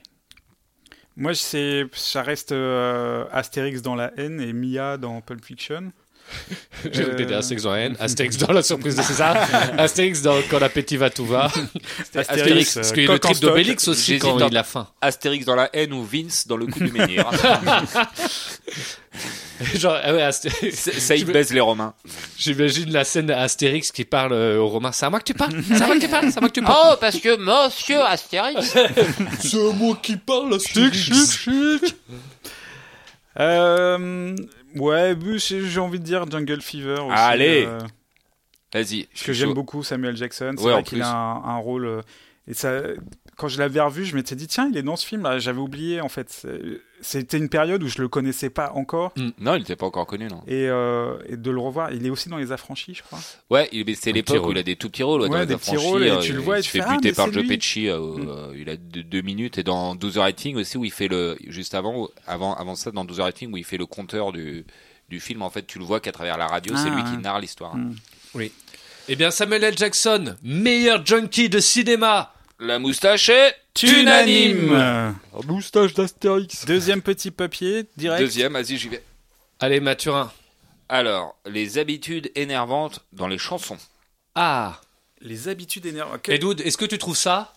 Moi je sais, ça reste euh, Astérix dans la haine et Mia dans Pulp Fiction.
J'ai
Euh,
noté Astérix dans la haine, Astérix dans la surprise de César, Astérix dans quand l'appétit va tout va, Astérix, parce qu'il y a le
coq euh, en
trip
stock.
d'Obélix aussi
J'hésite
quand
dans-
il a faim.
Astérix dans la haine ou Vince dans le coup du menhir.
Genre, ah ouais, Asté-
C'est- ça, il baise les Romains.
J'imagine la scène à Astérix qui parle euh, aux Romains. C'est à moi que tu parles C'est à moi que tu parles C'est à moi que tu parles Oh, parce que monsieur Astérix C'est à moi qui parle, Astérix
Euh, ouais, bu- j'ai j'ai envie de dire Jungle Fever aussi.
Allez.
euh,
Vas-y. je
que
suis
j'aime
chaud.
beaucoup Samuel Jackson. C'est
Ouais, en
vrai qu'il
plus.
a un, un rôle. euh, et ça, quand je l'avais revu, je m'étais dit tiens, il est dans ce film. là J'avais oublié en fait. C'est- C'était une période où je le connaissais pas encore.
Non, il n'était pas encore connu, non.
Et, euh, et de le revoir, il est aussi dans Les Affranchis, je crois.
Ouais, il- mais c'est
Un petit
l'époque où
rôle.
il a des tout petits rôles.
Ouais,
dans Les
des petits
Affranchis,
rôles, et
euh,
tu le
il
vois, et
se
tu
fait
fais, ah,
buter
mais
par
c'est
Joe
lui. Mm.
Pesci. euh, euh, il a deux, deux minutes. Et dans 12h30 aussi, où il fait le. Juste avant, avant, avant ça, dans 12h30, où il fait le compteur du, du film. En fait, tu le vois qu'à travers la radio, c'est
Ah,
lui
ouais.
qui narre l'histoire.
Mm.
Eh bien, Samuel L. Jackson, meilleur junkie de cinéma
La moustache est.
Unanime Moustache d'Astérix Euh, Deuxième petit papier, direct.
Deuxième, vas-y, j'y vais.
Allez, Mathurin.
Alors, les habitudes énervantes dans les chansons.
Ah.
Les habitudes énervantes. Quel-
Edoud, est-ce que tu trouves ça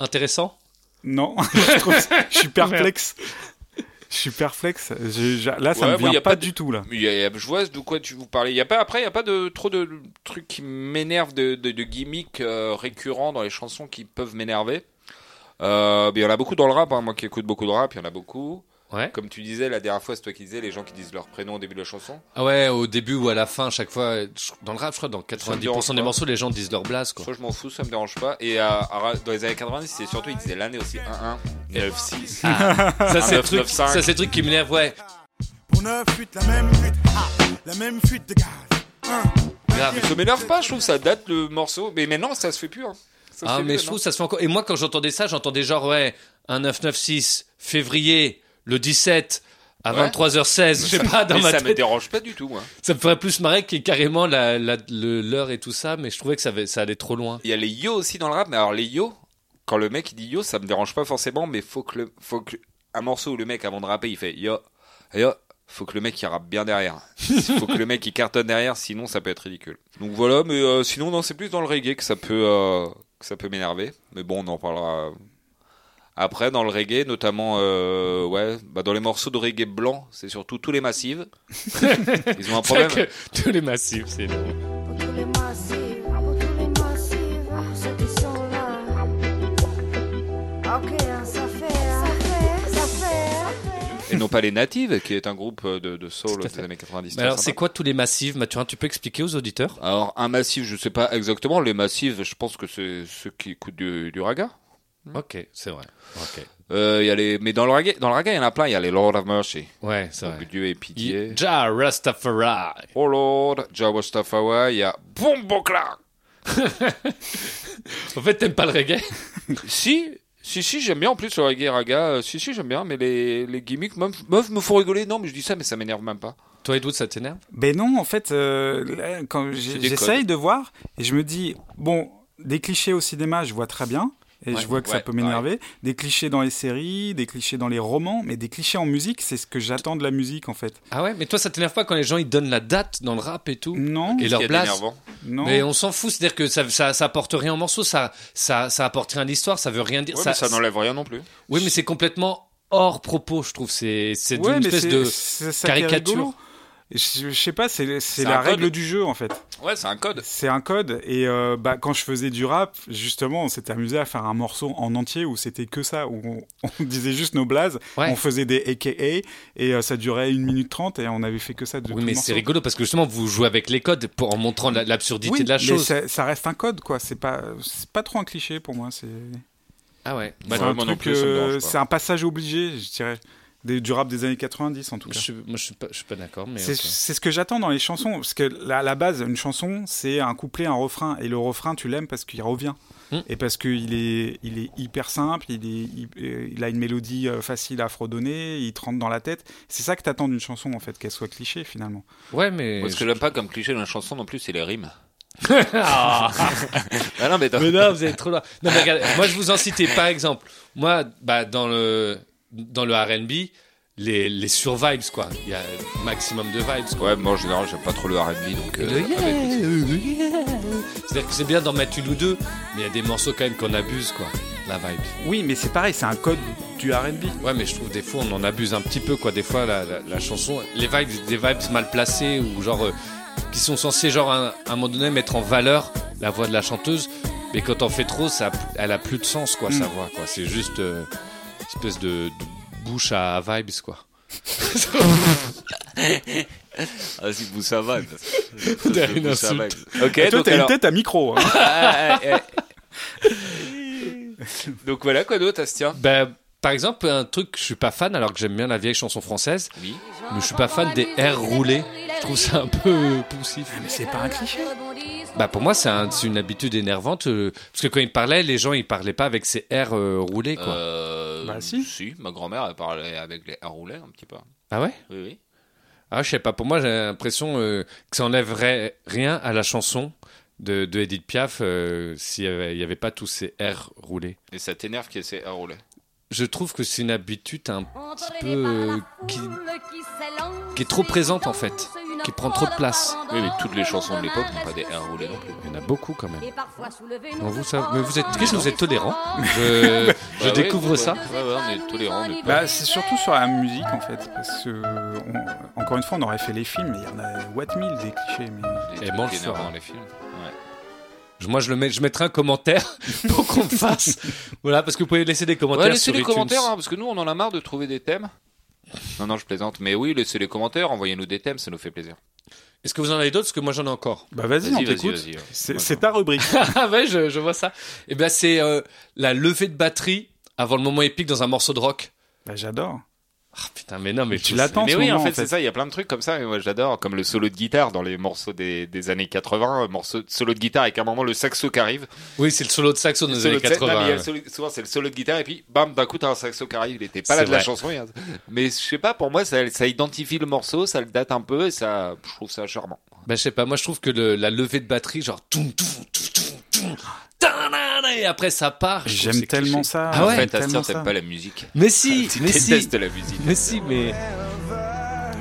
intéressant
Non, je, trouve ça- je suis perplexe. Je suis perplexe. Je- je- là, ça
Ouais,
me
moi,
vient
y a
pas,
pas de-
du tout. Là.
Mais il y a- il y a- je vois de quoi tu vous parlez. Il y a pas après, il y a pas de trop de trucs qui m'énervent, de, de, de gimmicks euh, récurrents dans les chansons qui peuvent m'énerver. Euh, mais il y en a beaucoup dans le rap. hein. Moi qui écoute beaucoup de rap, il y en a beaucoup.
Ouais.
Comme tu disais la dernière fois, c'est toi qui disais les gens qui disent leur prénom au début de la chanson.
Ah ouais, au début ou à la fin, à chaque fois. euh, je- Dans le rap, je crois, dans 90% des
pas.
morceaux, les gens disent leur blase, quoi.
Soit je m'en fous, ça me dérange pas. Et euh, alors, dans les années 90, c'est surtout ils disaient l'année aussi 1 1 9 6.
Ah. Ça, c'est le
9,
truc,
9, 5.
ça, c'est le truc qui m'énerve, ouais.
On a fuite, la même fuite, ah, la même fuite de gaz. Hein.
Grave.
Ah, Ça m'énerve pas, je trouve ça date le morceau. Mais maintenant, ça se fait plus. hein. Ça se
Ah,
fait
mais
plus,
je trouve
non
que ça se fait encore. Et moi, quand j'entendais ça, j'entendais genre, ouais, un 996, février, le 17, à
Ouais.
23h16, je sais pas, dans
Mais
ma
ça me
tête.
dérange pas du tout, moi.
Ça me ferait plus marrer qu'il y ait carrément la- la- le- l'heure et tout ça, mais je trouvais que ça, avait- ça allait trop loin.
Il y a les yo aussi dans le rap, mais alors les yo, quand le mec il dit yo, ça me dérange pas forcément, mais faut que, le, faut que un morceau où le mec avant de rapper il fait yo, yo, faut que le mec il rappe bien derrière. faut que le mec il cartonne derrière, sinon ça peut être ridicule. Donc voilà, mais euh, sinon non, c'est plus dans le reggae que ça peut, euh, que ça peut m'énerver. Mais bon, on en parlera. euh, Après, dans le reggae, notamment, euh, ouais, bah, dans les morceaux de reggae blanc, c'est surtout tous les massives. Ils ont
C'est
un problème.
vrai que tous les massifs, c'est énorme.
Pour tous les massifs, pour tous les massifs, ceux qui sont là. Ok, hein, ça fait, hein, ça fait.
Et non pas les natives, qui est un groupe euh, de, de soul des années 90.
Mais
très
alors,
sympa.
c'est quoi tous les massifs, Mathurin Tu peux expliquer aux auditeurs
Alors, un massif, je sais pas exactement. Les massifs, je pense que c'est ceux qui écoutent du, du raga. Mm.
Ok, c'est vrai. Ok.
Euh, il y a les... Mais dans le raga, dans le raga, il y en a plein. Il y a les Lord of Mercy.
Ouais, c'est
Donc,
vrai.
Dieu est pitié.
Ja Rastafari.
Oh Lord, Jawastafawa. Il y a Bombo Clark.
En fait, t'aimes pas le reggae
si, si, si, j'aime bien. En plus, le reggae et raga, euh, si, si, j'aime bien. Mais les, les gimmicks, meuf, meuf, me font rigoler. Non, mais je dis ça, mais ça m'énerve même pas.
Toi, Edwood, ça t'énerve
Ben non, en fait, euh, là, quand
C'est
j'ai-
des
j'essaye de voir et je me dis, bon, des clichés au cinéma, je vois très bien. Et
Ouais,
je vois que ça
ouais,
peut m'énerver. Des clichés dans les séries, des clichés dans les romans, mais des clichés en musique, c'est ce que j'attends de la musique en fait.
Ah ouais, mais toi, ça t'énerve pas quand les gens ils donnent la date dans le rap et tout
Non,
Et leur
Qu'est-ce qu'il y a
blase
d'énervant
non.
Mais on s'en fout, c'est-à-dire que ça, ça, ça apporte rien au morceau, ça, ça, ça apporte rien à l'histoire, ça veut rien dire.
Ouais, mais ça n'enlève rien non plus.
Oui, mais c'est complètement hors propos, je trouve. C'est c'est
Ouais,
une
mais
espèce
c'est-
de.
c'est ça qui est
caricature.
rigolo. Je, je sais pas, c'est c'est
C'est
la
un code.
règle du jeu en fait.
Ouais, c'est un code.
C'est un code. Et euh, bah, quand je faisais du rap, justement, on s'était amusé à faire un morceau en entier où c'était que ça, où on, on disait juste nos blazes,
Ouais.
on faisait des AKA et euh, ça durait une minute trente et on avait fait que ça de tout
Oui,
le
mais c'est
morceau.
rigolo parce que justement, vous jouez avec les codes pour en montrant la- l'absurdité
Oui,
de la
mais
chose.
ça, ça reste un code, quoi. C'est pas, c'est pas trop un cliché pour moi. C'est
Ah ouais.
c'est
Bah, moi
un
non
truc,
plus, ça me dérange
euh,
pas.
c'est un passage obligé, je dirais, des- du rap des années 90 en tout
Je,
cas.
suis- moi, je suis pas, je suis pas d'accord, mais.
C'est
ok.
c'est ce que j'attends dans les chansons, parce que là, à la base, une chanson, c'est un couplet, un refrain, et le refrain, tu l'aimes parce qu'il revient,
Hmm.
et parce qu'il est, il est hyper simple, il, est, il, euh, il a une mélodie euh, facile à fredonner, il te rentre dans la tête. C'est ça que t'attends d'une chanson, en fait, qu'elle soit cliché, finalement.
Ouais, mais.
Moi, ce que j'aime pas comme cliché dans la chanson non plus, c'est les rimes.
Ah
Ah non, mais
Mais non, vous êtes trop loin. Non, mais regardez, moi, je vous en citais, par exemple, moi, bah, dans le, dans le RB, les, les survibes, quoi. Il y a maximum de vibes, quoi.
Ouais, moi en général, j'aime pas trop le RB, donc.
Le
euh,
yeah,
ah, bah, écoute.
C'est-à-dire que c'est bien d'en mettre une ou deux, mais il y a des morceaux quand même qu'on abuse, quoi. La vibe.
Oui, mais c'est pareil, c'est un code du RB.
Ouais, mais je trouve des fois on en abuse un petit peu, quoi. Des fois la, la- la chanson, les vibes, des vibes mal placées ou genre euh, qui sont censées, genre, à un, à un moment donné, mettre en valeur la voix de la chanteuse, mais quand on fait trop, ça, elle a plus de sens, quoi, sa
Mm.
voix, quoi. C'est juste euh, une espèce de, de bouche à, à vibes, quoi.
Ah, si vous savane.
Derrière une insulte.
Ok,
Ah, toi,
donc
t'as
alors.
une tête à micro. hein.
Ah, ah, ah. donc voilà, quoi d'autre, Astien
Ben, par exemple, un truc que je suis pas fan, alors que j'aime bien la vieille chanson française,
Oui.
mais je suis pas fan des R roulés. Je trouve ça un peu poussif.
mais c'est pas un cliché.
Bah pour moi, c'est un- c'est une habitude énervante. euh, parce que quand il parlait, les gens, ils parlaient pas avec ces R euh, roulés, quoi.
Euh,
Bah, si.
ma grand-mère, elle parlait avec les roulets un petit peu.
Ah ouais
Oui, oui.
Ah, je sais pas. Pour moi, j'ai l'impression euh, que ça enlèverait rien à la chanson de, de Edith Piaf euh, s'il y avait, il y avait pas tous ces R roulés.
Et ça t'énerve qu'il y ait ces roulets
je trouve que c'est une habitude hein. un petit peu euh, qui,
qui...
qui est trop présente en fait, qui prend trop de place.
Oui, mais toutes les chansons de l'époque n'ont pas des 1 roulés non plus.
Il y en a beaucoup quand même.
Et parfois soulever
Non,
nos
vous, ça- mais vous êtes triste, vous êtes tolérant. Je, je
Bah ouais,
découvre
ouais,
ça.
Ouais, ouais, on est tolérants. mais pas-
Bah, c'est surtout sur la musique en fait, parce que euh, on- encore une fois, on aurait fait les films, mais il y en a what mille des clichés. Mais...
Et bon, le
énervant
fera.
hein.
dans les films. Ouais.
Je- Moi, je, le mets, je mettrai un commentaire pour qu'on me fasse. voilà, parce que vous pouvez laisser des
Ouais,
commentaires.
laissez
sur
les
iTunes.
commentaires, hein, parce que nous, on en a marre de trouver des thèmes. Non, non, je plaisante. Mais oui, laissez les commentaires, envoyez-nous des thèmes, ça nous fait plaisir.
Est-ce que vous en avez d'autres Parce que moi, j'en ai encore.
Bah vas-y,
Vas-y,
on
vas-y,
t'écoute.
vas-y, ouais.
C'est
Ouais,
c'est ta rubrique.
ah ouais, je, je vois ça. Et ben, c'est euh, la levée de batterie avant le moment épique dans un morceau de rock.
Bah, j'adore.
Ah putain, mais non, mais
Tu
je-
l'attends,
Mais
ce
oui,
moment,
en fait,
en fait.
c'est ça. Il y a plein de trucs comme ça. Mais moi, j'adore, comme le solo de guitare dans les morceaux des, des années 80, morceau solo de guitare avec à un moment le saxo qui arrive.
Oui, c'est le solo de saxo dans les
Solo
années
de sax- non, mais il
80.
y a le solo- souvent, c'est le solo de guitare et puis bam, d'un coup, t'as un saxo qui arrive. Il était pas là
C'est
de la
vrai.
chanson. il y a- Mais je sais pas, pour moi, ça, ça identifie le morceau, ça le date un peu et ça, je trouve ça charmant.
Bah, je sais pas, moi je trouve que le- la levée de batterie, genre. toum, toum, toum, toum, toum, tadadada, Et après ça part. je trouve que
J'aime
c'est
tellement
cliché.
ça. Ah,
Ah ouais
en
j'aime
fait, Astor,
tellement ça.
t'aimes pas la musique.
Mais si,
tu
mais si,
détestes la musique.
mais si, mais.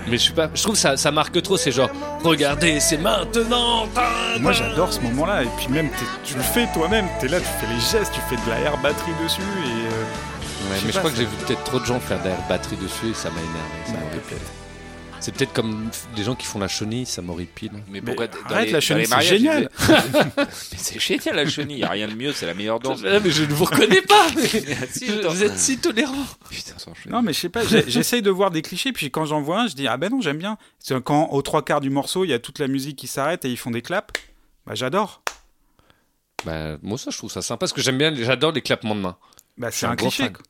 Mais je sais pas, je trouve ça, ça marque trop, c'est genre, regardez, c'est maintenant tadadada.
Moi j'adore ce moment-là et puis même t'es- tu le fais toi-même, t'es là, tu fais les gestes, tu fais de la air batterie dessus et euh,
Ouais,
sais
mais je
pas,
crois que
ça-
j'ai vu peut-être trop de gens faire de la batterie dessus et ça m'a énervé. ça
Bah,
m'horripile. C'est peut-être comme f- des gens qui font la chenille, ça m'horripile.
Mais
Mais pourquoi t- dans
arrête,
les-
la
dans
chenille,
les
c'est
mariages,
génial.
ils disaient- Mais c'est génial la chenille, y a rien de mieux, c'est la meilleure danse.
mais je ne vous reconnais pas
Si, vous- attends. vous
êtes Ah, si tolérant
Putain, sans chenille.
Non, mais je sais pas, j'ai- j'essaye de voir des clichés, puis quand j'en vois un, je dis Ah ben non, j'aime bien. C'est quand aux trois quarts du morceau, il y a toute la musique qui s'arrête et ils font des claps, bah j'adore.
Bah, moi, ça, je trouve ça sympa parce que j'aime bien, j'adore les clapements de mains.
Bah
Je suis
c'est un,
gros
cliché.
fan.
quoi.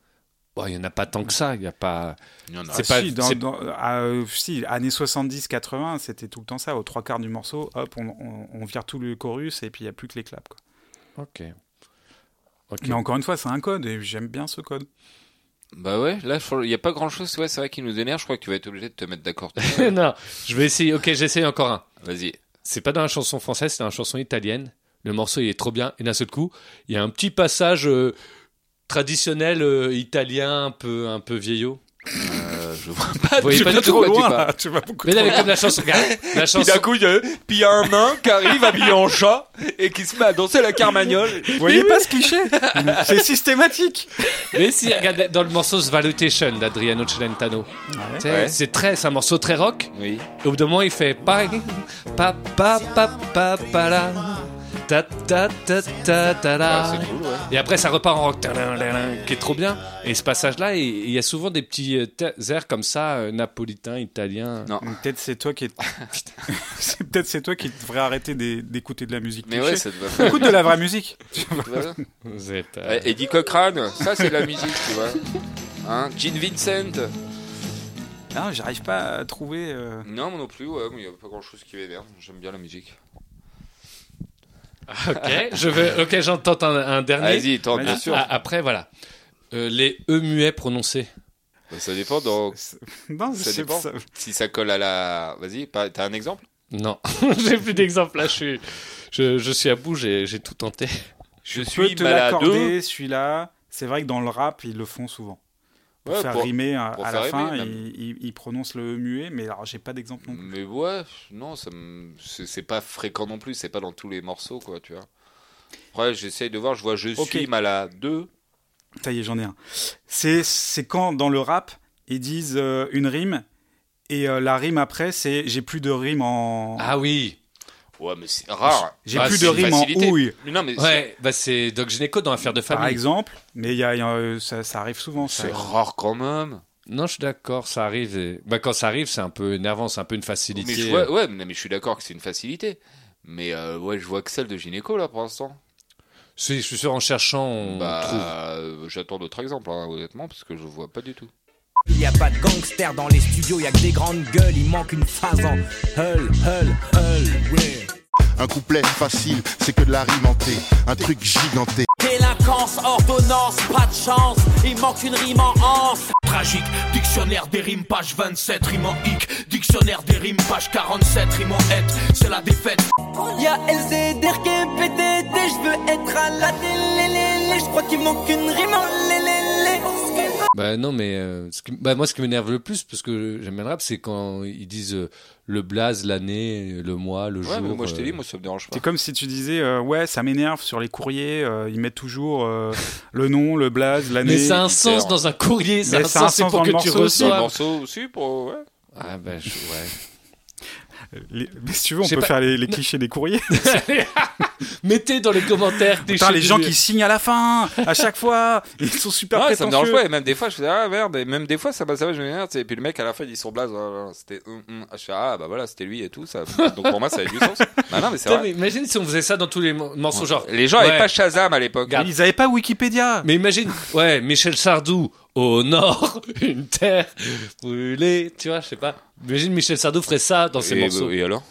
Bon, il n'y en a pas tant que ça, il y a pas.
Il y en a.
C'est
Ah,
pas-
si, dans,
c'est-
dans- ah, euh, si, années 70-80, c'était tout le temps ça. Aux trois quarts du morceau, hop, on, on- on vire tout le chorus et puis il n'y a plus que les claps. quoi.
Ok. Ok.
Mais encore une fois, c'est un code et j'aime bien ce code.
Bah ouais, là, il y a pas grand chose, ouais, c'est vrai qui nous énerve, je crois que tu vas être obligé de te mettre d'accord.
non, je vais essayer. Ok, j'essaye encore un.
Vas-y.
C'est pas dans la chanson française, c'est dans la chanson italienne. Le morceau, il est trop bien. Et d'un seul coup, il y a un petit passage euh, traditionnel euh, italien, un peu, un peu vieillot.
Euh, je vois pas.
Vous voyez
tu
pas
vas
du tout
trop
quoi tu
loin
parles.
là, tu vas beaucoup
Mais
trop
non, mais
loin.
comme la chanson, regarde, la
Puis
chanson.
d'un coup, il y a, euh, puis il y a un nain qui arrive habillé en chat et qui se met à danser la carmagnole.
Vous voyez pas ce cliché C'est systématique
Mais si, regarde, dans le morceau Svalutation d'Adriano Celentano. Tu sais,
Ouais.
C'est très, c'est un morceau très rock.
Oui.
Et au bout d'un moment, il fait pa pa pa pa pa pa la ta ta ta ta ta la.
Bah, Ah, c'est cool, ouais.
Et après, ça repart en rock, tadadadadin, qui est trop bien. Et ce passage-là, il il y a souvent des petits euh, ta- airs comme ça, euh, napolitains, italiens.
Non.
Donc, Peut-être c'est toi qui est- c'est peut-être c'est toi qui devrais arrêter d'é- d'écouter de la musique.
Mais
cliché.
ouais, ça te va pas.
Écoute de la vraie musique.
tu vois.
Vous êtes, euh,
Eh, Eddie Cochrane, ça c'est de la musique, tu vois. Hein, Gene Vincent.
Non, j'arrive pas à trouver. euh,
Non, moi non plus, ouais, mais il y a pas grand chose qui m'énerve. J'aime bien la musique.
Ok, je veux. Ok, j'en tente un, un dernier.
Vas-y, tente,
Vas-y.
bien sûr.
Ah, Après, voilà. Euh, les e muets prononcés.
Bah, ça dépend dans-
c'est- Non,
Ça
c'est
dépend.
ça-
si ça colle à la. Vas-y, pas- t'as un exemple
Non, j'ai plus d'exemple là. Je suis, je, je suis à bout. J'ai j'ai tout tenté.
Je
Tu peux te l'accorder, celui-là. C'est vrai que dans le rap, ils le font souvent. Pour
Ouais,
faire
pour-
rimer à,
pour
à
faire
la fin,
rimer,
ils, ils- ils prononcent le muet, mais alors j'ai pas d'exemple non plus.
Mais ouais, non, ça me- c'est c'est pas fréquent non plus, c'est pas dans tous les morceaux, quoi, tu vois. Après, j'essaye de voir, je vois Je
Ok.
suis malade 2.
Ça y est, j'en ai un. C'est c'est quand dans le rap, ils disent euh, une rime, et euh, la rime après, c'est j'ai plus de rime en.
Ah oui.
Ouais, mais c'est rare.
j'ai
ah,
plus
c'est
de
une
rime en
facilité.
houille.
Mais Non, mais c'est-
Ouais. Bah c'est Doc Gynéco dans Affaire de
Par
famille.
exemple, mais il y a- il y a, euh, ça, ça arrive souvent. ça.
c'est rare quand même.
Non, je suis d'accord. Ça arrive. et- Bah quand ça arrive, c'est un peu énervant. C'est euh, un peu une
Mais
facilité.
je vois- ouais, mais, non, mais je suis d'accord que c'est une facilité. Mais euh, ouais, je vois que celle de Gynéco, là, pour l'instant.
Si, je suis sûr en cherchant, on trouve.
Bah, euh, j'attends d'autres exemples, hein, honnêtement, parce que je vois pas du tout.
Y a pas de gangsters dans les studios, y a que des grandes gueules, il manque une phrase en hull, hull, hull, ouais.
Un couplet facile, c'est que de la rimentée, un truc giganté.
Délinquance, ordonnance, pas de chance, il manque une rime en anse.
Tragique, dictionnaire des rimes, page 27, rime en hic. Dictionnaire des rimes, page 47, rime en hête. C'est la défaite.
Y a LCDR, PTT, je veux être à la télé, je crois qu'il manque une rime en lé, lé, lé.
Bah non, mais euh, ce qui- bah, moi, ce qui m'énerve le plus, parce que j'aime bien le rap, c'est quand ils disent euh, le blaze, l'année, le mois, le jour.
Ouais, mais moi je t'ai
euh,
dit, moi ça me dérange pas.
C'est comme si tu disais, euh, ouais, ça m'énerve sur les courriers, euh, ils mettent toujours euh, le nom, le blaze, l'année.
Mais ça a un sens dans un courrier, ça a
Mais
un sens, c'est pour
dans
que
le
tu
morceau aussi.
Dans le morceau aussi pour. euh, Ouais.
Ah bah je- ouais.
Les- Mais si tu veux, on
Je sais
peut
pas.
faire les, les clichés des courriers.
Mettez dans les commentaires des
Putain, les
choses-
gens qui signent à la fin, à chaque fois, ils sont super
Ouais, ça me
prétentieux.
dérange pas. Et même des fois, je faisais ah merde. Et même des fois, ça passait, je m'énerve. Et puis le mec, à la fin, il dit son blaze. ah, ah, C'était hum, hum. Ah, je fais, ah bah voilà, c'était lui et tout. Ça. Donc pour moi, ça avait du sens. Bah non, mais c'est
Putain, mais
vrai.
imagine si on faisait ça dans tous les mo- morceaux, genre.
Les gens
Ouais.
avaient pas Shazam à l'époque.
Regarde.
Ils avaient pas Wikipédia.
Mais imagine, ouais, Michel Sardou, au nord, une terre brûlée, tu vois, je sais pas. Imagine Michel Sardou ferait ça dans ses
et,
morceaux.
et alors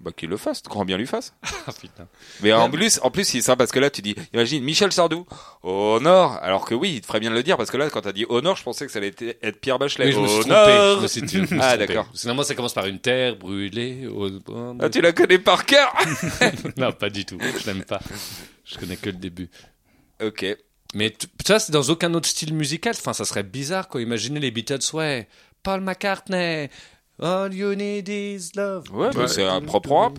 bah qu'il le fasse, grand bien lui fasse.
Ah, putain.
Mais en plus, en plus, c'est ça parce que là, tu dis, imagine Michel Sardou au nord, alors que oui, il te ferait bien de le dire parce que là, quand t'as dit au nord, je pensais que ça allait être- être Pierre Bachelet.
Mais je me suis
Au
trompé.
nord.
Je me suis- je me suis
ah
trompé.
d'accord.
Finalement, ça commence par une terre brûlée. au-
Ah tu la connais par cœur.
non, pas du tout. Je l'aime pas. Je connais que le début.
ok.
Mais t- ça, c'est dans aucun autre style musical. Enfin, ça serait bizarre, quoi. Imaginez les Beatles, ouais. Paul McCartney. All you need is love.
Ouais, mais c'est un propre rap.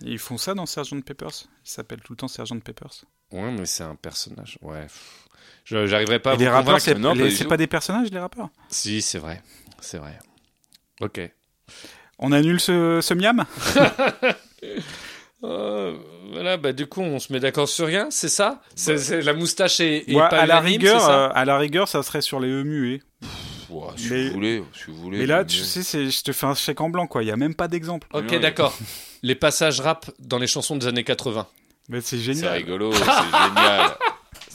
Ils font ça dans Sergeant Peppers. Ils s'appellent tout le temps Sergeant Peppers.
Ouais, mais c'est un personnage. Ouais. pff. Je- J'arriverai pas à
Et
vous
les rappeurs,
convaincre.
c'est
Non,
les-
pas du
c'est
tout.
pas des personnages, les rappeurs
Si, c'est vrai. C'est vrai. Ok.
On annule ce, ce miam
Euh, voilà, bah du coup, on se met d'accord sur rien, c'est ça C'est- c'est La moustache et, et
Ouais,
pas
à, la
unanime,
rigueur,
c'est ça
euh, à la rigueur, ça serait sur les E muets.
Ouais, si
Mais-
vous voulez, si vous voulez.
Mais là,
vous
tu
voulez.
sais, c'est- je te fais un chèque en blanc, quoi. Il n'y a même pas d'exemple.
Ok,
Non, il-
d'accord. Les passages rap dans les chansons des années 80.
Mais c'est
C'est
génial.
rigolo, c'est génial.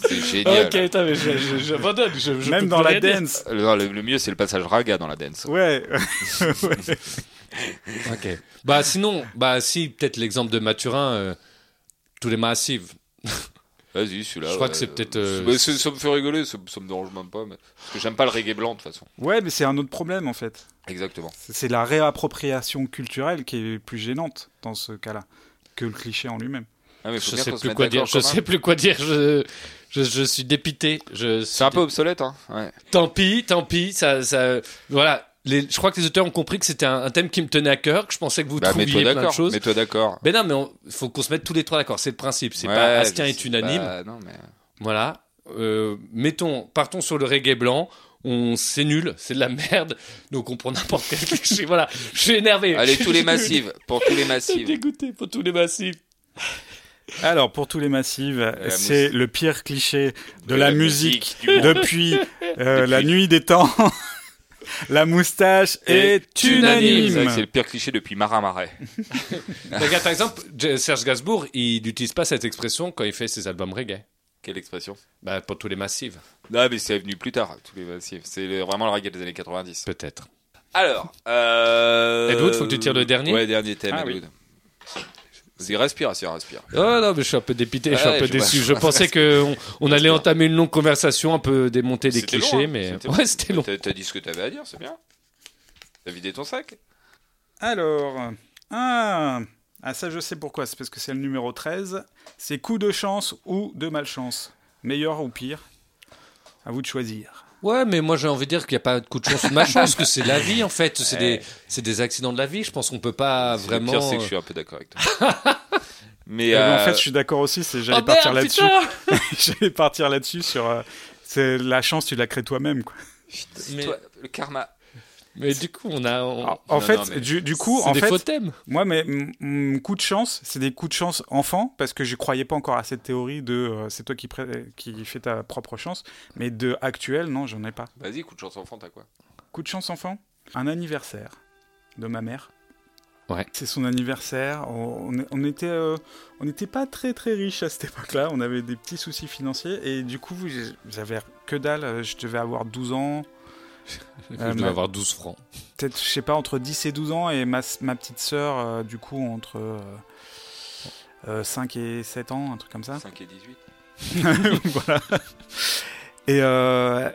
C'est génial.
Ah, Ok, attends, mais je- je- j'abandonne. Je, je
Même
peux
dans
plus
la
rien dire.
dance.
Euh, non, le, le mieux, c'est le passage raga dans la dance.
Ouais. Ouais.
Ok. Bah sinon, bah si, peut-être l'exemple de Mathurin, euh, tous les massives.
Vas-y, celui-là.
Je crois
ouais.
que c'est peut-être, euh,
Mais c'est- ça me fait rigoler, ça, ça me dérange même pas. mais- Parce que j'aime pas le reggae blanc, de toute façon.
Ouais, mais c'est un autre problème, en fait.
Exactement.
C'est la réappropriation culturelle qui est plus gênante dans ce cas-là que le cliché en lui-même.
Ah, mais faut
Je
bien
sais
qu'on se
plus
mette
quoi dire.
d'accord
Je
commun.
sais plus quoi dire. Je, je, je suis dépité. Je
C'est un peu obsolète, hein. Ouais.
Tant pis, tant pis. Ça, ça, voilà. Les- je crois que les auteurs ont compris que c'était un, un thème qui me tenait à cœur, que je pensais que vous
Bah, mets-toi
trouviez plein de
d'accord.
choses.
Mets-toi d'accord.
Mais non, mais on- faut qu'on se mette tous les trois d'accord. C'est le principe. C'est
Ouais,
pas Astien
je
est
sais
unanime.
pas, non, mais...
Voilà. Euh, mettons, partons sur le reggae blanc. On c'est nul, c'est de la merde. Donc on prend n'importe quel cliché. Voilà. Je suis énervé.
Allez, tous les
massifs.
massifs. Pour tous les massifs.
Dégoûté pour tous les massifs.
Alors, pour tous les massifs,
la
c'est le pire cliché de, la, musique,
du monde.
depuis, euh, la nuit des temps. la moustache est
C'est vrai que C'est
unanime.
le pire cliché depuis Marat Marais.
Regarde, par exemple, J- Serge Gainsbourg, il n'utilise pas cette expression quand il fait ses albums reggae.
Quelle expression
Bah, pour tous les massifs,
Non, mais c'est venu plus tard, tous les massifs. C'est le- vraiment le reggae des années 90.
peut-être.
Alors, euh...
Ed Wood, faut que tu tires le dernier
Ouais, dernier thème,
Ah
Ed
oui.
Wood. Vas-y, respire, Asia, respire.
Oh non, mais je suis un peu dépité, je suis
Ouais,
un peu
je
déçu.
vois.
Je pensais qu'on on allait entamer une longue conversation, un peu démonter des
C'était long,
clichés,
hein,
mais
c'était long.
ouais, c'était long.
T'as t'as dit ce que t'avais à dire, c'est bien. T'as vidé ton sac
Alors, ah, ah, ça je sais pourquoi, c'est parce que c'est le numéro 13. C'est coup de chance ou de malchance. Meilleur ou pire À vous de choisir.
Ouais, mais moi j'ai envie de dire qu'il n'y a pas de coup de chance ou de malchance, que c'est la vie en fait, c'est des, c'est des accidents de la vie. Je pense qu'on peut pas Ah, vraiment. euh.
Le pire, c'est que je suis un peu d'accord avec toi. Mais
Eh ben,
euh,
En fait, je suis d'accord aussi, c'est-
Oh
j'allais
merde,
partir là-dessus.
putain
j'allais partir là-dessus sur. euh, c'est la chance, tu la crées toi-même. quoi.
Mais,
toi, le karma.
mais du coup, on a. on-
En, en
Oh, non,
fait,
non, mais
du, du coup,
c'est
en
des
fait,
faux thèmes.
Moi, mes m- m- coups de chance, c'est des coups de chance enfant, parce que je croyais pas encore à cette théorie de euh, c'est toi qui, pré- qui fais ta propre chance, mais de actuel, non, j'en ai pas.
Vas-y, coup de chance enfant, t'as quoi
Coup de chance enfant, un anniversaire de ma mère.
Ouais.
C'est son anniversaire. On n'était on était, euh, on n'était pas très très riche à cette époque-là. On avait des petits soucis financiers et du coup, j'ai- j'avais que dalle. Je devais avoir 12 ans,
Je dois
Euh, ma-
avoir 12 francs.
peut-être, je sais pas, entre 10 et 12 ans, et ma, s- ma petite sœur, euh, du coup, entre 5 et 7 ans, un truc comme ça.
5 et 18.
voilà. Et, euh,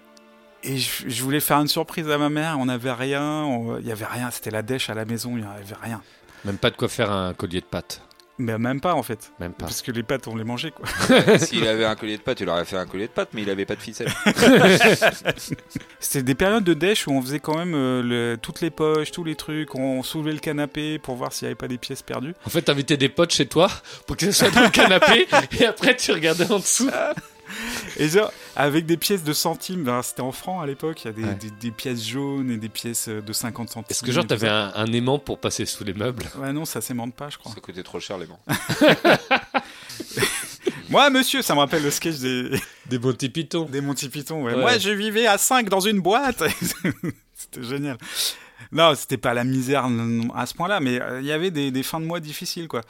et je, je voulais faire une surprise à ma mère, on n'avait rien, on- il y avait rien, c'était la dèche à la maison, il n'y avait rien.
Même pas de quoi faire un collier de pâtes.
Mais même pas en fait.
Même pas.
Parce que les pâtes, on les mangeait quoi.
S'il avait un collier de pâtes, il aurait fait un collier de pâtes, mais il avait pas de ficelle.
C'était des périodes de dèche où on faisait quand même euh, le- toutes les poches, tous les trucs, on soulevait le canapé pour voir s'il n'y avait pas des pièces perdues.
En fait, t'invitais des potes chez toi pour que ce soit dans le canapé et après tu regardais en dessous.
Et genre, avec des pièces de centimes, ben, c'était en francs à l'époque, il y a des,
Ouais.
des- des pièces jaunes et des pièces euh, de 50 centimes.
Est-ce que genre
et tout
t'avais
ça.
un, un aimant pour passer sous les meubles
Ouais, non, ça s'aimante pas, je crois.
Ça coûtait trop cher, les bancs.
Moi, monsieur, ça me rappelle le sketch des.
Des Monty Python.
Des Monty Python, ouais.
Ouais.
Moi, je vivais à 5 dans une boîte. c'était génial. Non, c'était pas la misère non, à ce point-là, mais euh, il y avait des, des fins de mois difficiles, quoi.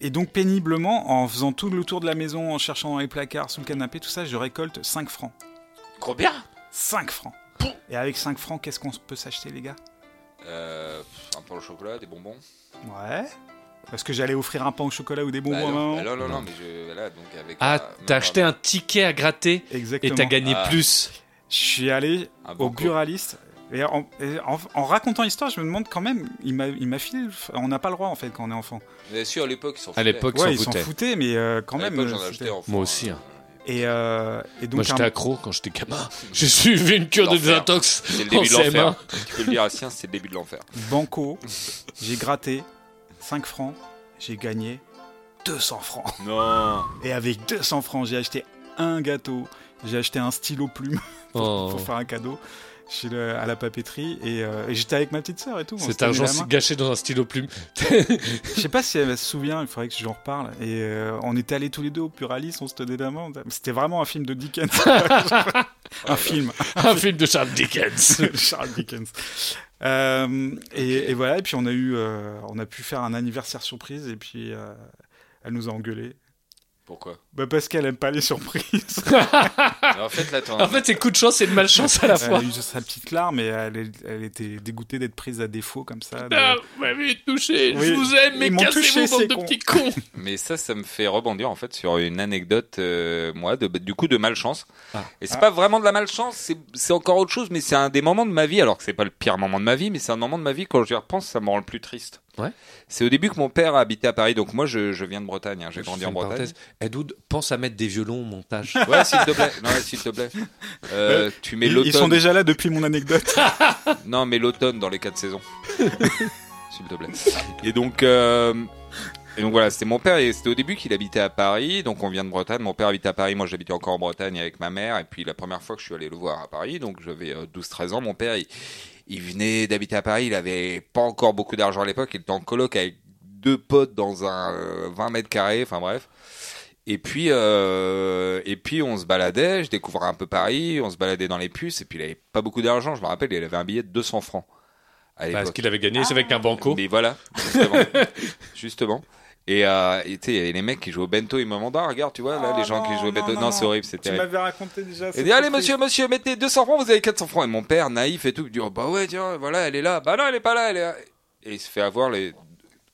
Et donc, péniblement, en faisant tout le tour de la maison, en cherchant dans les placards, sous le canapé, tout ça, je récolte 5 francs.
Combien
5 francs. Et avec 5 francs, qu'est-ce qu'on peut s'acheter, les gars
Euh, pff, un pain au chocolat, des bonbons.
Ouais. Parce que j'allais offrir un pain au chocolat ou des bonbons hein.
Bah
à
non,
maman.
bah non, non, non, mais je, voilà, donc avec.
Ah,
euh,
t'as acheté un ticket à gratter
Exactement.
et t'as gagné
Ah.
plus.
Je suis allé au
banco.
buraliste. Et en, et en- en racontant l'histoire, je me demande quand même, il m'a- il m'a filé. On n'a pas le droit en fait quand on est enfant.
Bien sûr, à l'époque, ils s'en
À l'époque,
Ouais,
ils s'en foutaient.
mais euh, quand
À
même.
l'époque, j'en
euh,
achetais
c'était-
en
Moi aussi. hein.
Et, euh, et donc,
Moi j'étais
un-
accro quand j'étais gamin. J'ai suivi une cure de
L'enfer.
désintox.
C'est le
en
début de l'enfer.
CM1.
Tu peux le dire à Sien, c'est le début de l'enfer.
Banco, j'ai gratté 5 francs, j'ai gagné 200 francs.
Non.
Et avec 200 francs, j'ai acheté un gâteau, j'ai acheté un stylo plume pour,
Oh.
pour faire un cadeau chez le- à la papeterie. Et, euh, et j'étais avec ma petite sœur et tout. on se
Cet
tenait
argent
la main.
si gâché dans un stylo plume.
Je sais pas si elle se souvient, il faudrait que j'en reparle. Et euh, on était allés tous les deux au Pluralis, on se tenait la main. C'était vraiment un film de Dickens. un film.
Un film de Charles Dickens.
Charles Dickens. Euh, et, et voilà, et puis on a eu, euh, on a pu faire un anniversaire surprise, et puis euh, elle nous a engueulés.
Pourquoi
Bah parce qu'elle aime pas les surprises.
Mais en fait, là, t'en- En fait,
c'est coup de chance et de malchance à la fois.
Elle a eu sa petite larme et elle, est- elle était dégoûtée d'être prise à défaut comme ça. de-
Ah, vous m'avez touché, je
Oui.
vous aime, mais
Ils m'ont
cassez-vous,
touché,
bande
ces
de
cons.
petits cons.
Mais ça, ça me fait rebondir en fait sur une anecdote, euh, moi, de, du coup, de malchance. Et c'est
Ah.
pas vraiment de la malchance, c'est- c'est encore autre chose, mais c'est un des moments de ma vie, alors que c'est pas le pire moment de ma vie, mais c'est un moment de ma vie, quand j'y repense, ça me rend le plus triste.
Ouais.
C'est au début que mon père habitait à Paris, donc moi, je, je viens de Bretagne, hein, j'ai grandi en Bretagne.
Edoud, pense à mettre des violons au montage.
Ouais, s'il te plaît, non, ouais, s'il te plaît. Euh,
Euh,
tu mets
ils, ils sont
l'automne.
déjà là depuis mon anecdote.
Non, mais l'automne dans les quatre saisons. S'il te plaît. Et donc, euh, et donc voilà, c'était mon père. Et c'était au début qu'il habitait à Paris. Donc on vient de Bretagne. Mon père habite à Paris. Moi, j'habitais encore en Bretagne avec ma mère. Et puis la première fois que je suis allé le voir à Paris, donc j'avais 12-13 ans, mon père, il, il venait d'habiter à Paris. Il avait pas encore beaucoup d'argent à l'époque. Il était en coloc avec deux potes dans un euh, 20 mètres carrés. Enfin bref. Et puis, euh, et puis on se baladait, je découvrais un peu Paris, on se baladait dans les puces, et puis il avait pas beaucoup d'argent, je me rappelle, il avait un billet de 200 francs. à
Bah, ce
l'époque.
qu'il avait gagné, c'est avec un banco.
Mais voilà, justement. justement. Et euh, et tu sais, il y avait les mecs qui jouaient au bento et Mamanda, regarde, tu vois, là, les gens qui jouaient au bento. Oh Non, c'est horrible, c'est
Tu
terrible.
m'avais raconté déjà.
Et
cette
dit, allez,
surprise.
monsieur, monsieur, mettez 200 francs, vous avez 400 francs. Et mon père, naïf et tout, il dit, oh, bah ouais, tiens, voilà, elle est là. Bah non, elle est pas là, elle est là. Et il se fait avoir les,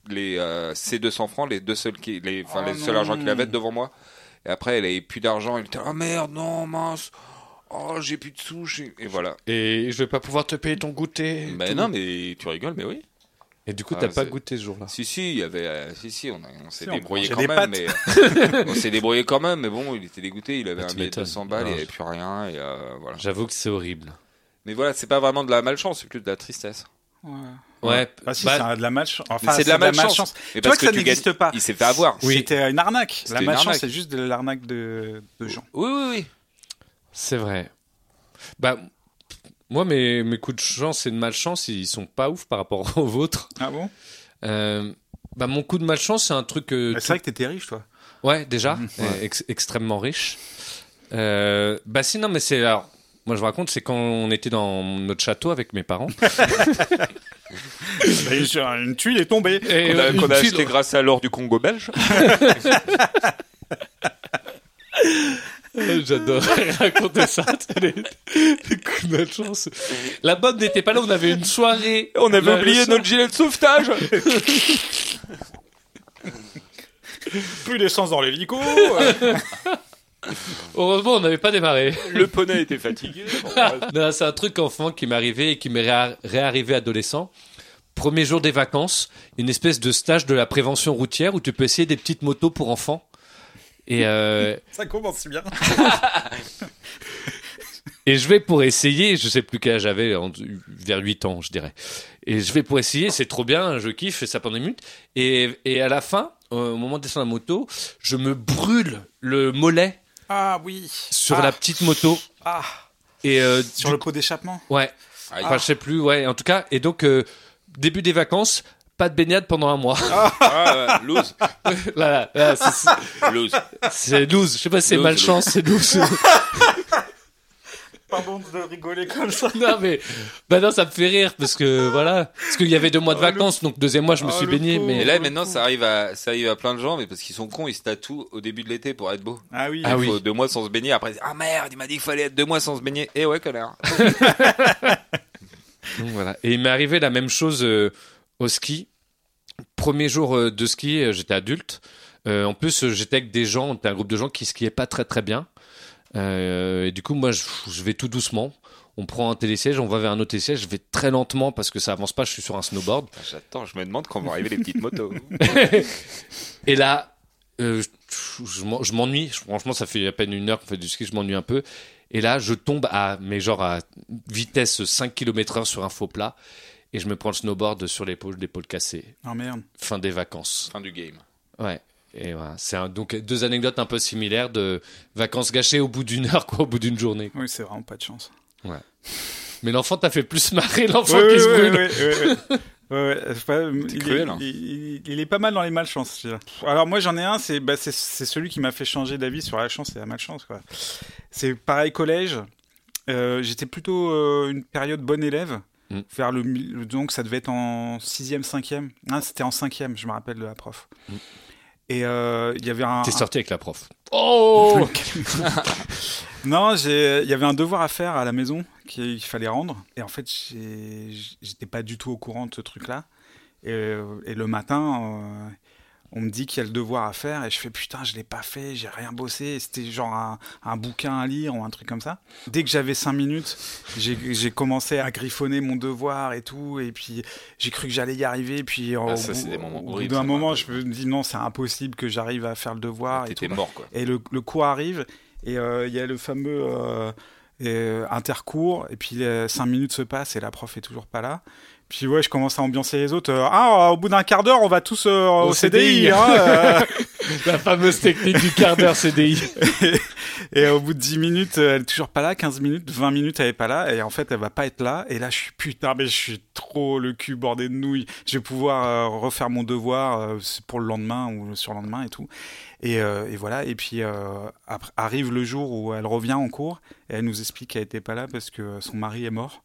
les, euh, ces 200 francs, les deux seuls, qui, les, enfin, les seuls argent qu'il avait devant moi. Et après, il avait plus d'argent, il était, ah merde, non, mince. Oh, j'ai plus de sous, j'ai- et voilà.
Et je vais pas pouvoir te payer ton goûter.
Ben
Tout.
non, mais tu rigoles, mais oui.
Et du coup,
Ah,
t'as pas
c'est-
goûté ce jour-là.
Si, si, il y avait. euh, si, si, on, a- on s'est
Si, on
débrouillé
mangeait
quand
des
même.
pâtes.
Mais, euh, on s'est débrouillé quand même, mais bon, il était dégoûté. Il avait
Ah,
un
tu
billet de
m'étonnes.
200 balles,
Non,
il n'y avait
je-
plus rien. Et, euh, voilà.
J'avoue que c'est horrible.
Mais voilà, c'est pas vraiment de la malchance, c'est plus de la tristesse.
Ouais.
Ah si,
bah-
c'est un- de la malchance. Enfin,
Mais c'est de la malchance. Mais
Tu vois
parce
que ça
que tu
n'existe
gagnes-
pas.
il s'est fait avoir. Oui.
C'était une arnaque.
C'était
La
une
malchance,
arnaque.
c'est juste de l'arnaque de, de gens.
Oui, oui, oui.
C'est vrai. Bah, moi, mes, mes coups de chance et de malchance, ils sont pas ouf par rapport aux vôtres.
Ah bon
Euh, bah, mon coup de malchance, c'est un truc. euh,
Bah, C'est
tout-
vrai que t'étais riche, toi.
Ouais, déjà,
Mhm.
Ouais.
euh, ex- extrêmement riche. Euh, bah si, non, mais c'est... Alors, moi, je vous raconte, c'est quand on était dans notre château avec mes parents.
Bah, une tuile est tombée.
Et euh,
Qu'on a,
une
qu'on a
tuile-
acheté grâce à l'or du Congo belge.
J'adore raconter ça. t'as des- des coups de malchance. La bonne n'était pas là, on avait une soirée.
On avait
Là, le
oublié
soir-
notre gilet de sauvetage.
Plus d'essence dans l'hélico.
Heureusement, on n'avait pas démarré.
Le poney était fatigué. Bon, bref.
Non, c'est un truc enfant qui m'est arrivé et qui m'est réa- réarrivé adolescent. premier jour des vacances, une espèce de stage de la prévention routière où tu peux essayer des petites motos pour enfants. Et, euh,
Ça commence bien.
et je vais pour essayer, je sais plus quel âge j'avais, en- vers 8 ans, je dirais. Et je vais pour essayer, c'est trop bien, je kiffe, je fais ça pendant une minutes. Et, et à la fin, euh, au moment de descendre la moto, je me brûle le mollet
Ah oui.
sur
Ah.
la petite moto.
Ah.
Et, euh,
Sur
du
le pot d'échappement.
Ouais.
Ah,
Aïe.
Enfin, je sais plus, ouais, en tout cas. Et donc, euh, début des vacances, pas de baignade pendant un mois.
Ah, ouais, lose.
Là, là, là, c'est- c'est-
Lose.
c'est loose. Je sais pas si c'est
Lose,
malchance,
lose.
c'est loose.
Pardon de rigoler comme ça.
non, mais bah non, ça me fait rire parce que voilà. Parce qu'il y avait deux
Oh,
mois de vacances, donc deuxième mois, je me suis baigné. Mais
Et là, maintenant, ça arrive, à, ça arrive à plein de gens, mais parce qu'ils sont cons, ils se tatouent au début de l'été pour être beau.
Ah oui.
Il
Ah oui.
faut deux mois sans se baigner. Après, ils disent, ah merde, il m'a dit qu'il fallait être deux mois sans se baigner. Eh ouais, connard.
Donc, voilà. Et il m'est arrivé la même chose euh, au ski. Premier jour euh, de ski, euh, j'étais adulte. Euh, en plus, euh, j'étais avec des gens, on était un groupe de gens qui skiaient pas très très bien. Euh, et du coup, moi, je, je vais tout doucement. On prend un télésiège, on va vers un autre télésiège. Je vais très lentement parce que ça avance pas. Je suis sur un snowboard.
Ah, J'attends, je me demande quand vont arriver les petites motos.
Et là, euh, je, je m'en- je m'ennuie. Je- Franchement, ça fait à peine une heure qu'on fait du ski, je m'ennuie un peu. Et là, je tombe à, mais genre à vitesse 5 km/h sur un faux plat. Et je me prends le snowboard sur l'épaule, l'épaule cassée.
Ah merde.
Fin des vacances.
Fin du game.
Ouais. Et voilà. C'est un- donc deux anecdotes un peu similaires de vacances gâchées au bout d'une heure, quoi, au bout d'une journée.
Oui, c'est vraiment pas de chance.
Ouais. Mais l'enfant t'a fait plus marrer, l'enfant
Ouais,
qui
ouais,
se
ouais,
brûle.
ouais, ouais, ouais. Ouais, ouais, je sais pas, euh, il, est-
cruel, hein.
il, il- il est pas mal dans les malchances. celui-là. Alors moi j'en ai un, c'est bah, c'est- c'est celui qui m'a fait changer d'avis sur la chance et la malchance. quoi. C'est pareil collège. Euh, J'étais plutôt euh, une période bonne élève.
Mm.
Vers le, mi- le- donc ça devait être en 6e, 5e. Non, c'était en 5e, je me rappelle de la prof. Et euh, il y avait un...
T'es sorti avec la prof.
Oh Non, j'ai- il y avait un devoir à faire à la maison qu'il fallait rendre. Et en fait, j'ai- j'étais pas du tout au courant de ce truc-là. Et, euh, et le matin, euh, on me dit qu'il y a le devoir à faire. Et je fais putain, je l'ai pas fait, j'ai rien bossé. Et C'était genre un, un bouquin à lire ou un truc comme ça. Dès que j'avais cinq minutes, j'ai j'ai commencé à griffonner mon devoir et tout. Et puis j'ai cru que j'allais y arriver. Et puis au
Ah, ça,
bout-
c'est des moments
au bout
horribles,
d'un
ça,
moment, je me dis non, c'est impossible que j'arrive à faire le devoir. et
T'étais
tout.
mort, quoi.
Et le, le cours arrive, et euh, il y a le fameux euh, euh, intercours, et puis 5 minutes se passent, et la prof est toujours pas là. Puis ouais, je commence à ambiancer les autres. euh, ah, au bout d'un quart d'heure, on va tous euh, au, CDI. hein, euh.
La fameuse technique du quart d'heure CDI.
et au bout de 10 minutes, euh, elle est toujours pas là. 15 minutes, 20 minutes, elle est pas là. Et en fait, elle va pas être là. Et là, je suis putain, mais je suis trop le cul bordé de nouilles. Je vais pouvoir euh, refaire mon devoir euh, c'est pour le lendemain ou le surlendemain et tout. Et, euh, et voilà. Et puis, euh, après, arrive le jour où elle revient en cours et elle nous explique qu'elle était pas là parce que son mari est mort.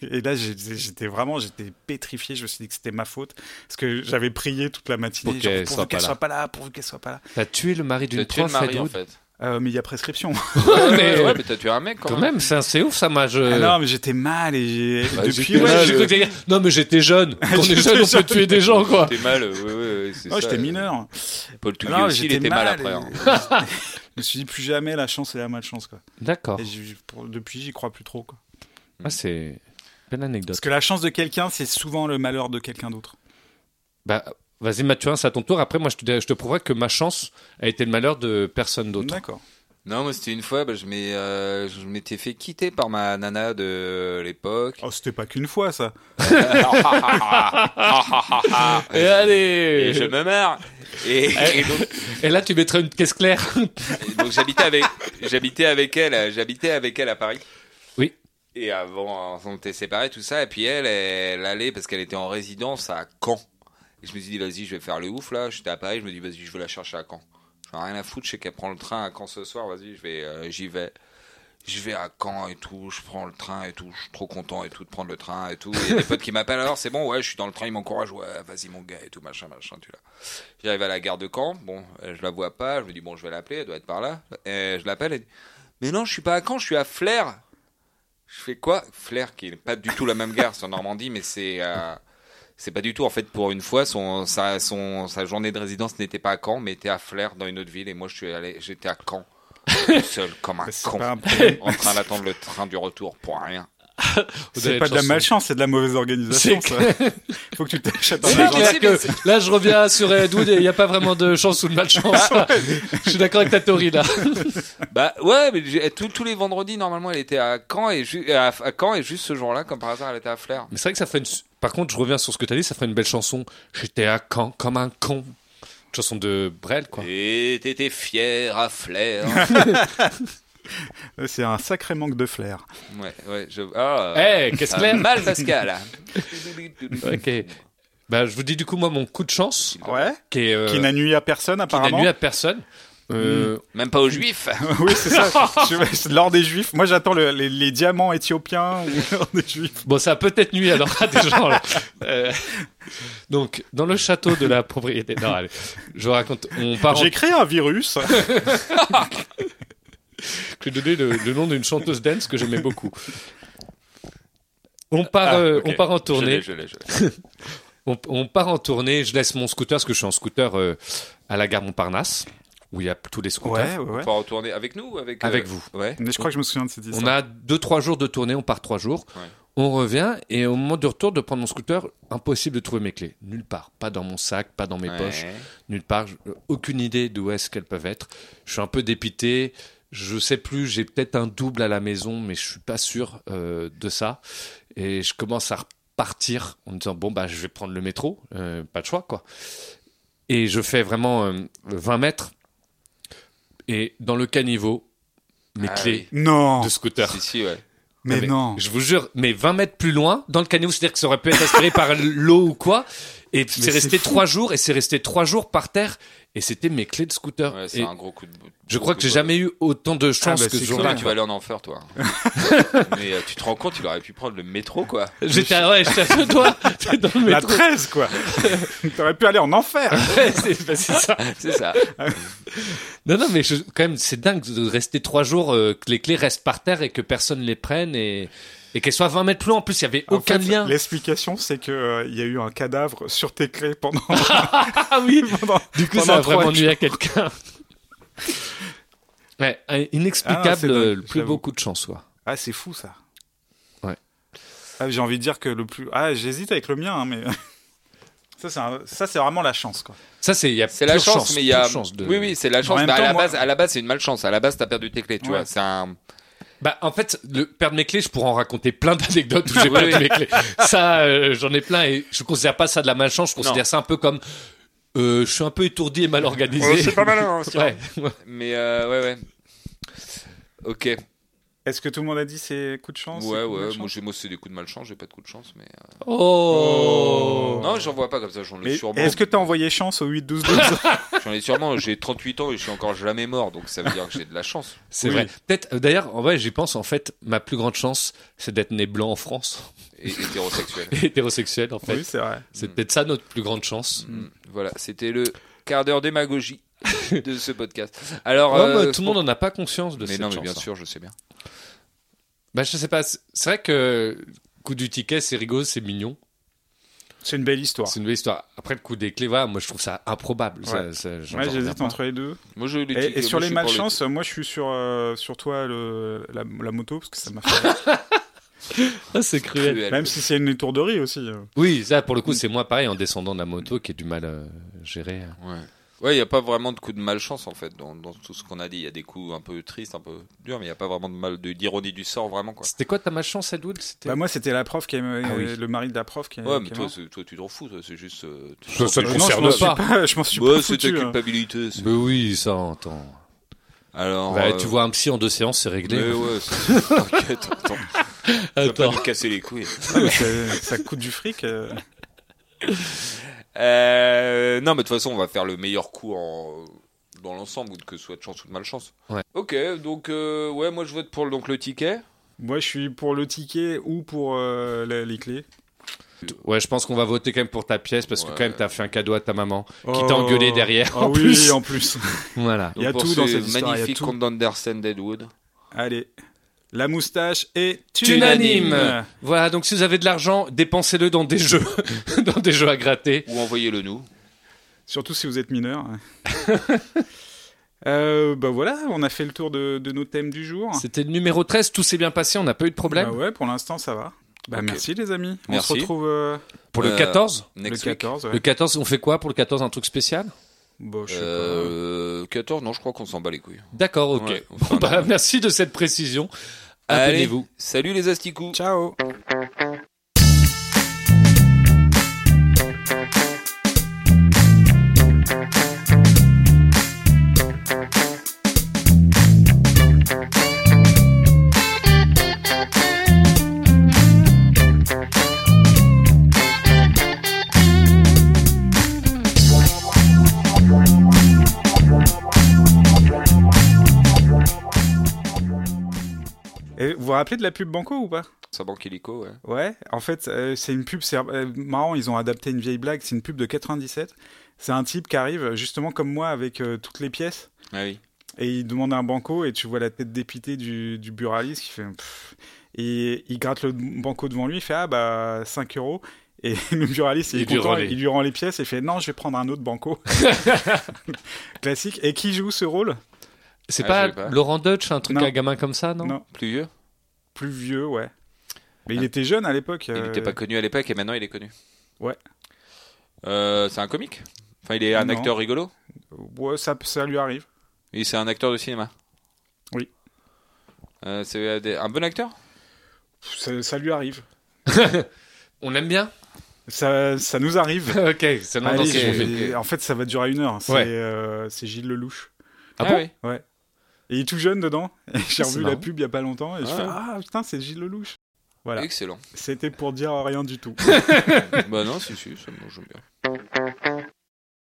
Et là, j'ai- j'étais vraiment, j'étais pétrifié. Je me suis dit que c'était ma faute parce que j'avais prié toute la matinée
Pour
genre,
qu'elle soit
pourvu qu'elle
pas là.
soit pas là, pourvu qu'elle soit pas là.
T'as tué le mari d'une
T'as tué le
prof,
mari,
Ed
en
Wood.
fait.
Euh, mais il y a prescription.
Ouais,
mais-
mais... ouais, mais t'as tué un mec, quand,
Quand même, c'est c'est ouf ça, moi. Je...
Ah non, mais j'étais mal et j'ai- et
Bah,
depuis.
j'étais
ouais,
mal,
je-
j'ai cru que t'allais dire, non, mais j'étais jeune. Quand on est
J'étais
jeune, on peut
jeune.
tuer des gens, quoi.
T'es mal, euh, ouais, ouais, ouais, c'est
Oh,
ça.
j'étais
euh,
mineur.
Paul Touguet
Non,
aussi, il
j'étais
était mal,
mal et-
après. hein.
Je me suis dit plus jamais la chance et la malchance quoi.
D'accord.
Et j'ai- pour- depuis, j'y crois plus trop quoi.
Ah, c'est belle anecdote.
Parce que la chance de quelqu'un, c'est souvent le malheur de quelqu'un d'autre.
Bah, vas-y, Mathurin, c'est à ton tour. Après, moi, je te, dirai- je te prouverai que ma chance a été le malheur de personne d'autre.
D'accord.
Non, moi, c'était une fois, bah, je m'ai, euh, je m'étais fait quitter par ma nana de euh, l'époque.
Oh, c'était pas qu'une fois ça.
Et allez
Et je me marre. Et, et donc,
Et là, tu mettrais une caisse claire.
Et donc j'habitais avec j'habitais avec elle euh, j'habitais avec elle à Paris.
Oui.
Et avant euh, on était séparés tout ça et puis elle elle allait parce qu'elle était en résidence à Caen. Et je me suis dit vas-y je vais faire le ouf là j'étais à Paris je me dis vas-y je vais la chercher à Caen. J'en ai rien à foutre je sais qu'elle prend le train à Caen ce soir vas-y je vais euh, j'y vais. Je vais à Caen et tout, je prends le train et tout, je suis trop content et tout de prendre le train et tout. Il y a des potes qui m'appellent alors, c'est bon, ouais, je suis dans le train, ils m'encouragent, ouais, vas-y mon gars et tout, machin, machin, tu l'as. J'arrive à la gare de Caen, bon, euh, je la vois pas, je me dis bon, je vais l'appeler, elle doit être par là. Et je l'appelle, elle dit mais non, je suis pas à Caen, je suis à Flers. Je fais quoi Flers, qui est pas du tout la même gare, c'est en Normandie, mais c'est euh, c'est pas du tout en fait. Pour une fois, son sa son sa journée de résidence n'était pas à Caen, mais était à Flers dans une autre ville, et moi je suis allé, j'étais à Caen, tout seul comme un
Bah, c'est
con,
pas un problème.
en train d'attendre le train du retour pour rien.
C'est pas de la malchance, c'est de la mauvaise organisation.
C'est
Ça.
clair.
Faut que tu t'achètes un
C'est
agent.
clair que là, je reviens sur Ed Wood et il n'y a pas vraiment de chance ou de malchance. là. Je suis d'accord avec ta théorie là.
Bah ouais, mais j'ai- tous- tous les vendredis normalement elle était à Caen et ju- à, à Caen et juste ce jour-là comme par hasard elle était à Flair.
Mais c'est vrai que ça ferait une. su- Par contre, je reviens sur ce que tu as dit, ça ferait une belle chanson. J'étais à Caen comme un con. Une chanson de Brel, quoi.
Et t'étais fier à Flair.
C'est un sacré manque de flair.
ouais, ouais, je ah.
Eh, qu'est-ce
ça
que-
va mal Pascal.
Ok. Bah, je vous dis du coup, moi, mon coup de chance.
Ouais.
Qui est, euh,
Qui n'a nui à personne
qui n'a
apparemment.
nui à personne. Euh,
Même pas aux juifs.
oui, c'est ça. Je- c'est L'or des juifs. Moi, j'attends le- les, les diamants éthiopiens ou l'or des juifs.
Bon, ça a peut-être nuit alors à des gens. là. Euh, donc, dans le château de la propriété. Non, allez, je vous raconte. On part. en-
J'ai créé un virus.
Je vais donner le, le nom d'une chanteuse dance que j'aimais beaucoup. On part,
Ah,
euh,
ok.
on part en
Je
tournée.
l'ai, je l'ai, je
on, on part en tournée. Je laisse mon scooter parce que je suis en scooter euh, à la gare Montparnasse où il y a tous les scooters.
On peut retourner avec nous ou avec euh,
Avec vous.
Ouais.
Mais je crois que je me souviens de cette
On
histoire.
a deux trois jours de tournée. On part trois jours.
Ouais.
On revient et au moment du retour de prendre mon scooter, impossible de trouver mes clés. Nulle part. Pas dans mon sac, pas dans mes
Ouais. Ah
poches. Nulle part. Je- euh, Aucune idée d'où est-ce qu'elles peuvent être. Je suis un peu dépité. Je sais plus. J'ai peut-être un double à la maison, mais je suis pas sûr euh, de ça. Et je commence à repartir en me disant bon bah je vais prendre le métro. Euh, pas de choix quoi. Et je fais vraiment euh, 20 mètres. Et dans le caniveau, mes
Ah
clés
oui. Non.
de scooter.
Si si ouais.
Mais
Non,
non.
Je vous jure, mais 20 mètres plus loin, dans le caniveau, c'est-à-dire que ça aurait pu être aspiré par l'eau ou quoi. Et c'est
c'est
resté
fou.
trois jours, et c'est resté trois jours par terre, et c'était mes clés de scooter.
Ouais,
Et
c'est un gros coup de
je crois que j'ai
coup de
jamais eu autant de
Ah,
chance
bah,
que
c'est
ce
clair,
jour-là.
tu vas aller en enfer, toi. Mais euh, tu te rends compte, il aurait pu prendre le métro, quoi.
J'étais à- ouais, j'étais à deux doigts, j'étais dans le
La
métro.
13, quoi. T'aurais pu aller en enfer.
Ouais, c'est bah, c'est ça.
C'est ça.
Non, non, mais je- quand même, c'est dingue de rester trois jours, euh, que les clés restent par terre et que personne les prenne et, et qu'elles soient 20 mètres plus loin. En plus, il n'y avait
En
aucun
fait,
lien.
L'explication, c'est que euh, il y a eu un cadavre sur tes clés pendant.
Ah oui!
pendant
Du coup,
pendant
ça a
trois
vraiment
jours.
nuit à quelqu'un. Ouais, un-
Ah non, c'est
inexplicable,
dingue,
euh, le plus
j'avoue.
beaucoup de chance, quoi.
Ah, c'est fou ça.
Ouais.
Ah, j'ai envie de dire que le plus. Ah, j'hésite avec le mien, hein, mais. ça, c'est un- ça, c'est vraiment la chance, quoi.
Ça, c'est, il y a
C'est la
pure
chance, mais il y a.
pure chance de-
Oui, oui, c'est la
En
chance.
même
Mais à,
temps,
la
moi-
base, à la base, c'est une malchance. À la base, t'as perdu tes clés, tu
Ouais.
vois. C'est un.
Bah, en fait, le perdre mes clés, je pourrais en raconter plein d'anecdotes où j'ai
Oui,
perdu
oui.
mes clés. Ça, euh, j'en ai plein et je considère pas ça de la malchance, je considère
Non.
ça un peu comme, euh, je suis un peu étourdi et mal organisé.
mal,
Ouais.
Mais euh, ouais, ouais. Ok. Ouais,
Est-ce que tout le monde a dit c'est coup de chance c'est
ouais.
coup de
Moi,
chance
j'ai- moi, c'est des coups de malchance. J'ai pas de coups de chance, mais. euh,
Oh!
Non, j'en vois pas comme ça. J'en ai
Mais
sûrement.
Est-ce que t'as envoyé chance au 8 12 12
J'en ai sûrement. J'ai 38 ans et je suis encore jamais mort, donc ça veut dire que j'ai de la chance.
C'est
Oui.
vrai. Peut-être, euh, d'ailleurs, en vrai, j'y pense, en fait, ma plus grande chance, c'est d'être né blanc en France
Et hétérosexuel.
et hétérosexuel, en fait.
Oui, c'est vrai.
C'est peut-être ça notre plus grande chance.
Mm. Voilà, c'était le quart d'heure démagogie de ce podcast. Alors,
Ouais,
euh,
mais tout le monde n'en a pas conscience de
Mais
cette
non, mais
chance,
bien
hein.
sûr, je sais bien.
Bah, je sais pas. C'est c'est vrai que coup du ticket, c'est rigolo, c'est mignon.
C'est une belle histoire.
C'est une belle histoire. Après, le coup des clés, voilà, moi, je trouve ça improbable. ça-
Ouais.
ça, j'en-
Ouais,
j'en reviens
j'hésite
pas.
entre les deux.
Moi, je les tickets,
Et, et sur
moi,
les
je suis pour
malchances, moi je suis sur, euh, sur toi le- la, la moto, parce que ça m'a fait.
Ah, c'est cruel.
Cruel.
Même si c'est une étourderie aussi. euh.
Oui, ça, pour le coup, c'est moi, pareil, en descendant de la moto, qui est du mal euh, géré.
Ouais. Ouais, il n'y a pas vraiment de coup de malchance en fait dans, dans tout ce qu'on a dit. Il y a des coups un peu tristes, un peu durs, mais il n'y a pas vraiment de mal de- d'ironie du sort vraiment quoi.
C'était quoi ta malchance, Edwood C'était
Bah, moi c'était la prof qui aimait-
Ah oui.
le mari de la prof qui
Ouais,
qui
mais
est
toi,
mort.
c'est- toi, tu t'en fous, toi, c'est juste. euh, tu
Ça,
t'en
ça
fous.
te
Non, je
concerne
m'en suis
pas.
pas. Je m'en suis
Ouais,
pas
c'est
foutu.
ta
hein.
culpabilité. c'est-
Bah oui, ça, entend.
Alors,
Bah,
euh,
Tu vois un psy en deux séances, c'est réglé.
Mais ouais, c'est- t'inquiète, attends, tu vas pas
Attends.
nous casser les couilles.
Ah, mais ça, ça coûte du fric. euh.
Euh, non, mais de toute façon, on va faire le meilleur coup en... dans l'ensemble, que ce soit de chance ou de malchance.
Ouais.
Ok, donc, euh, ouais, moi je vote pour donc, le ticket.
Moi je suis pour le ticket ou pour euh, la- les clés.
Ouais, je pense qu'on va voter quand même pour ta pièce, parce que
Ouais.
quand même, t'as fait un cadeau à ta maman, qui
Oh.
t'a engueulé derrière.
Ah
en
oui,
plus.
en plus.
Voilà.
Il y a
Donc, pour
tout dans
ce
cette histoire, il y a
magnifique
tout.
compte d'Andersen Deadwood.
Allez, la moustache est unanime.
Unanime. Voilà, donc si vous avez de l'argent, dépensez-le dans des jeux, dans des jeux à gratter.
Ou envoyez-le nous.
Surtout si vous êtes mineur. Euh, bah voilà, on a fait le tour de, de nos thèmes du jour.
C'était le numéro 13, tout s'est bien passé, on n'a pas eu de problème.
Bah ouais, pour l'instant ça va. Bah
Ok.
merci les amis.
Merci.
On se retrouve euh,
Pour le 14
Le 14, ouais.
Le 14, on fait quoi pour le 14 Un truc spécial
Euh, 14, non, je crois qu'on s'en bat les couilles.
D'accord, ok.
Ouais,
Bon, bah, merci de cette précision.
Allez,
Appelez-vous.
Salut les asticous.
Ciao. Et vous vous rappelez de la pub Banco ou pas
Ça banquilico, ouais.
Ouais, en fait, euh, c'est une pub, c'est euh, marrant, ils ont adapté une vieille blague, c'est une pub de 97. C'est un type qui arrive, justement comme moi, avec euh, toutes les pièces,
Ah oui.
et il demande un banco, et tu vois la tête dépitée du, du buraliste qui fait... pff. et il gratte le banco devant lui, il fait « Ah bah, 5 euros ». Et le buraliste, il,
Il
est
lui
content,
relaie.
il lui rend les pièces et fait « Non, je vais prendre un autre banco ». Classique. Et qui joue ce rôle
C'est
Ah,
pas,
je sais pas.
Laurent Deutsch, un truc
Non.
à gamin comme ça, non
Non.
Plus vieux
Plus vieux, ouais. Mais il était jeune à l'époque. euh,
Il n'était pas connu à l'époque et maintenant il est connu.
Ouais.
Euh, c'est un comique Enfin, il est un
Non.
acteur rigolo
Ouais, ça, ça lui arrive.
Et c'est un acteur de cinéma
Oui.
Euh, c'est un des- un bon acteur
Ça, ça lui arrive.
On l'aime bien
Ça, ça nous arrive.
Ok, c'est non,
Allez,
non,
je
c'est-
vais- En fait, ça va durer une heure. C'est
Ouais.
euh, c'est Gilles Lelouch.
Ah Ah bon ouais
Ouais. Et il est tout jeune dedans. Et
Ah,
J'ai
c'est
revu la
marrant.
pub il y a pas longtemps et je
Ah.
fais Ah putain, c'est Gilles Lelouch. Voilà.
Excellent.
C'était pour dire rien du tout.
bah non, si, si, ça me j'aime bien.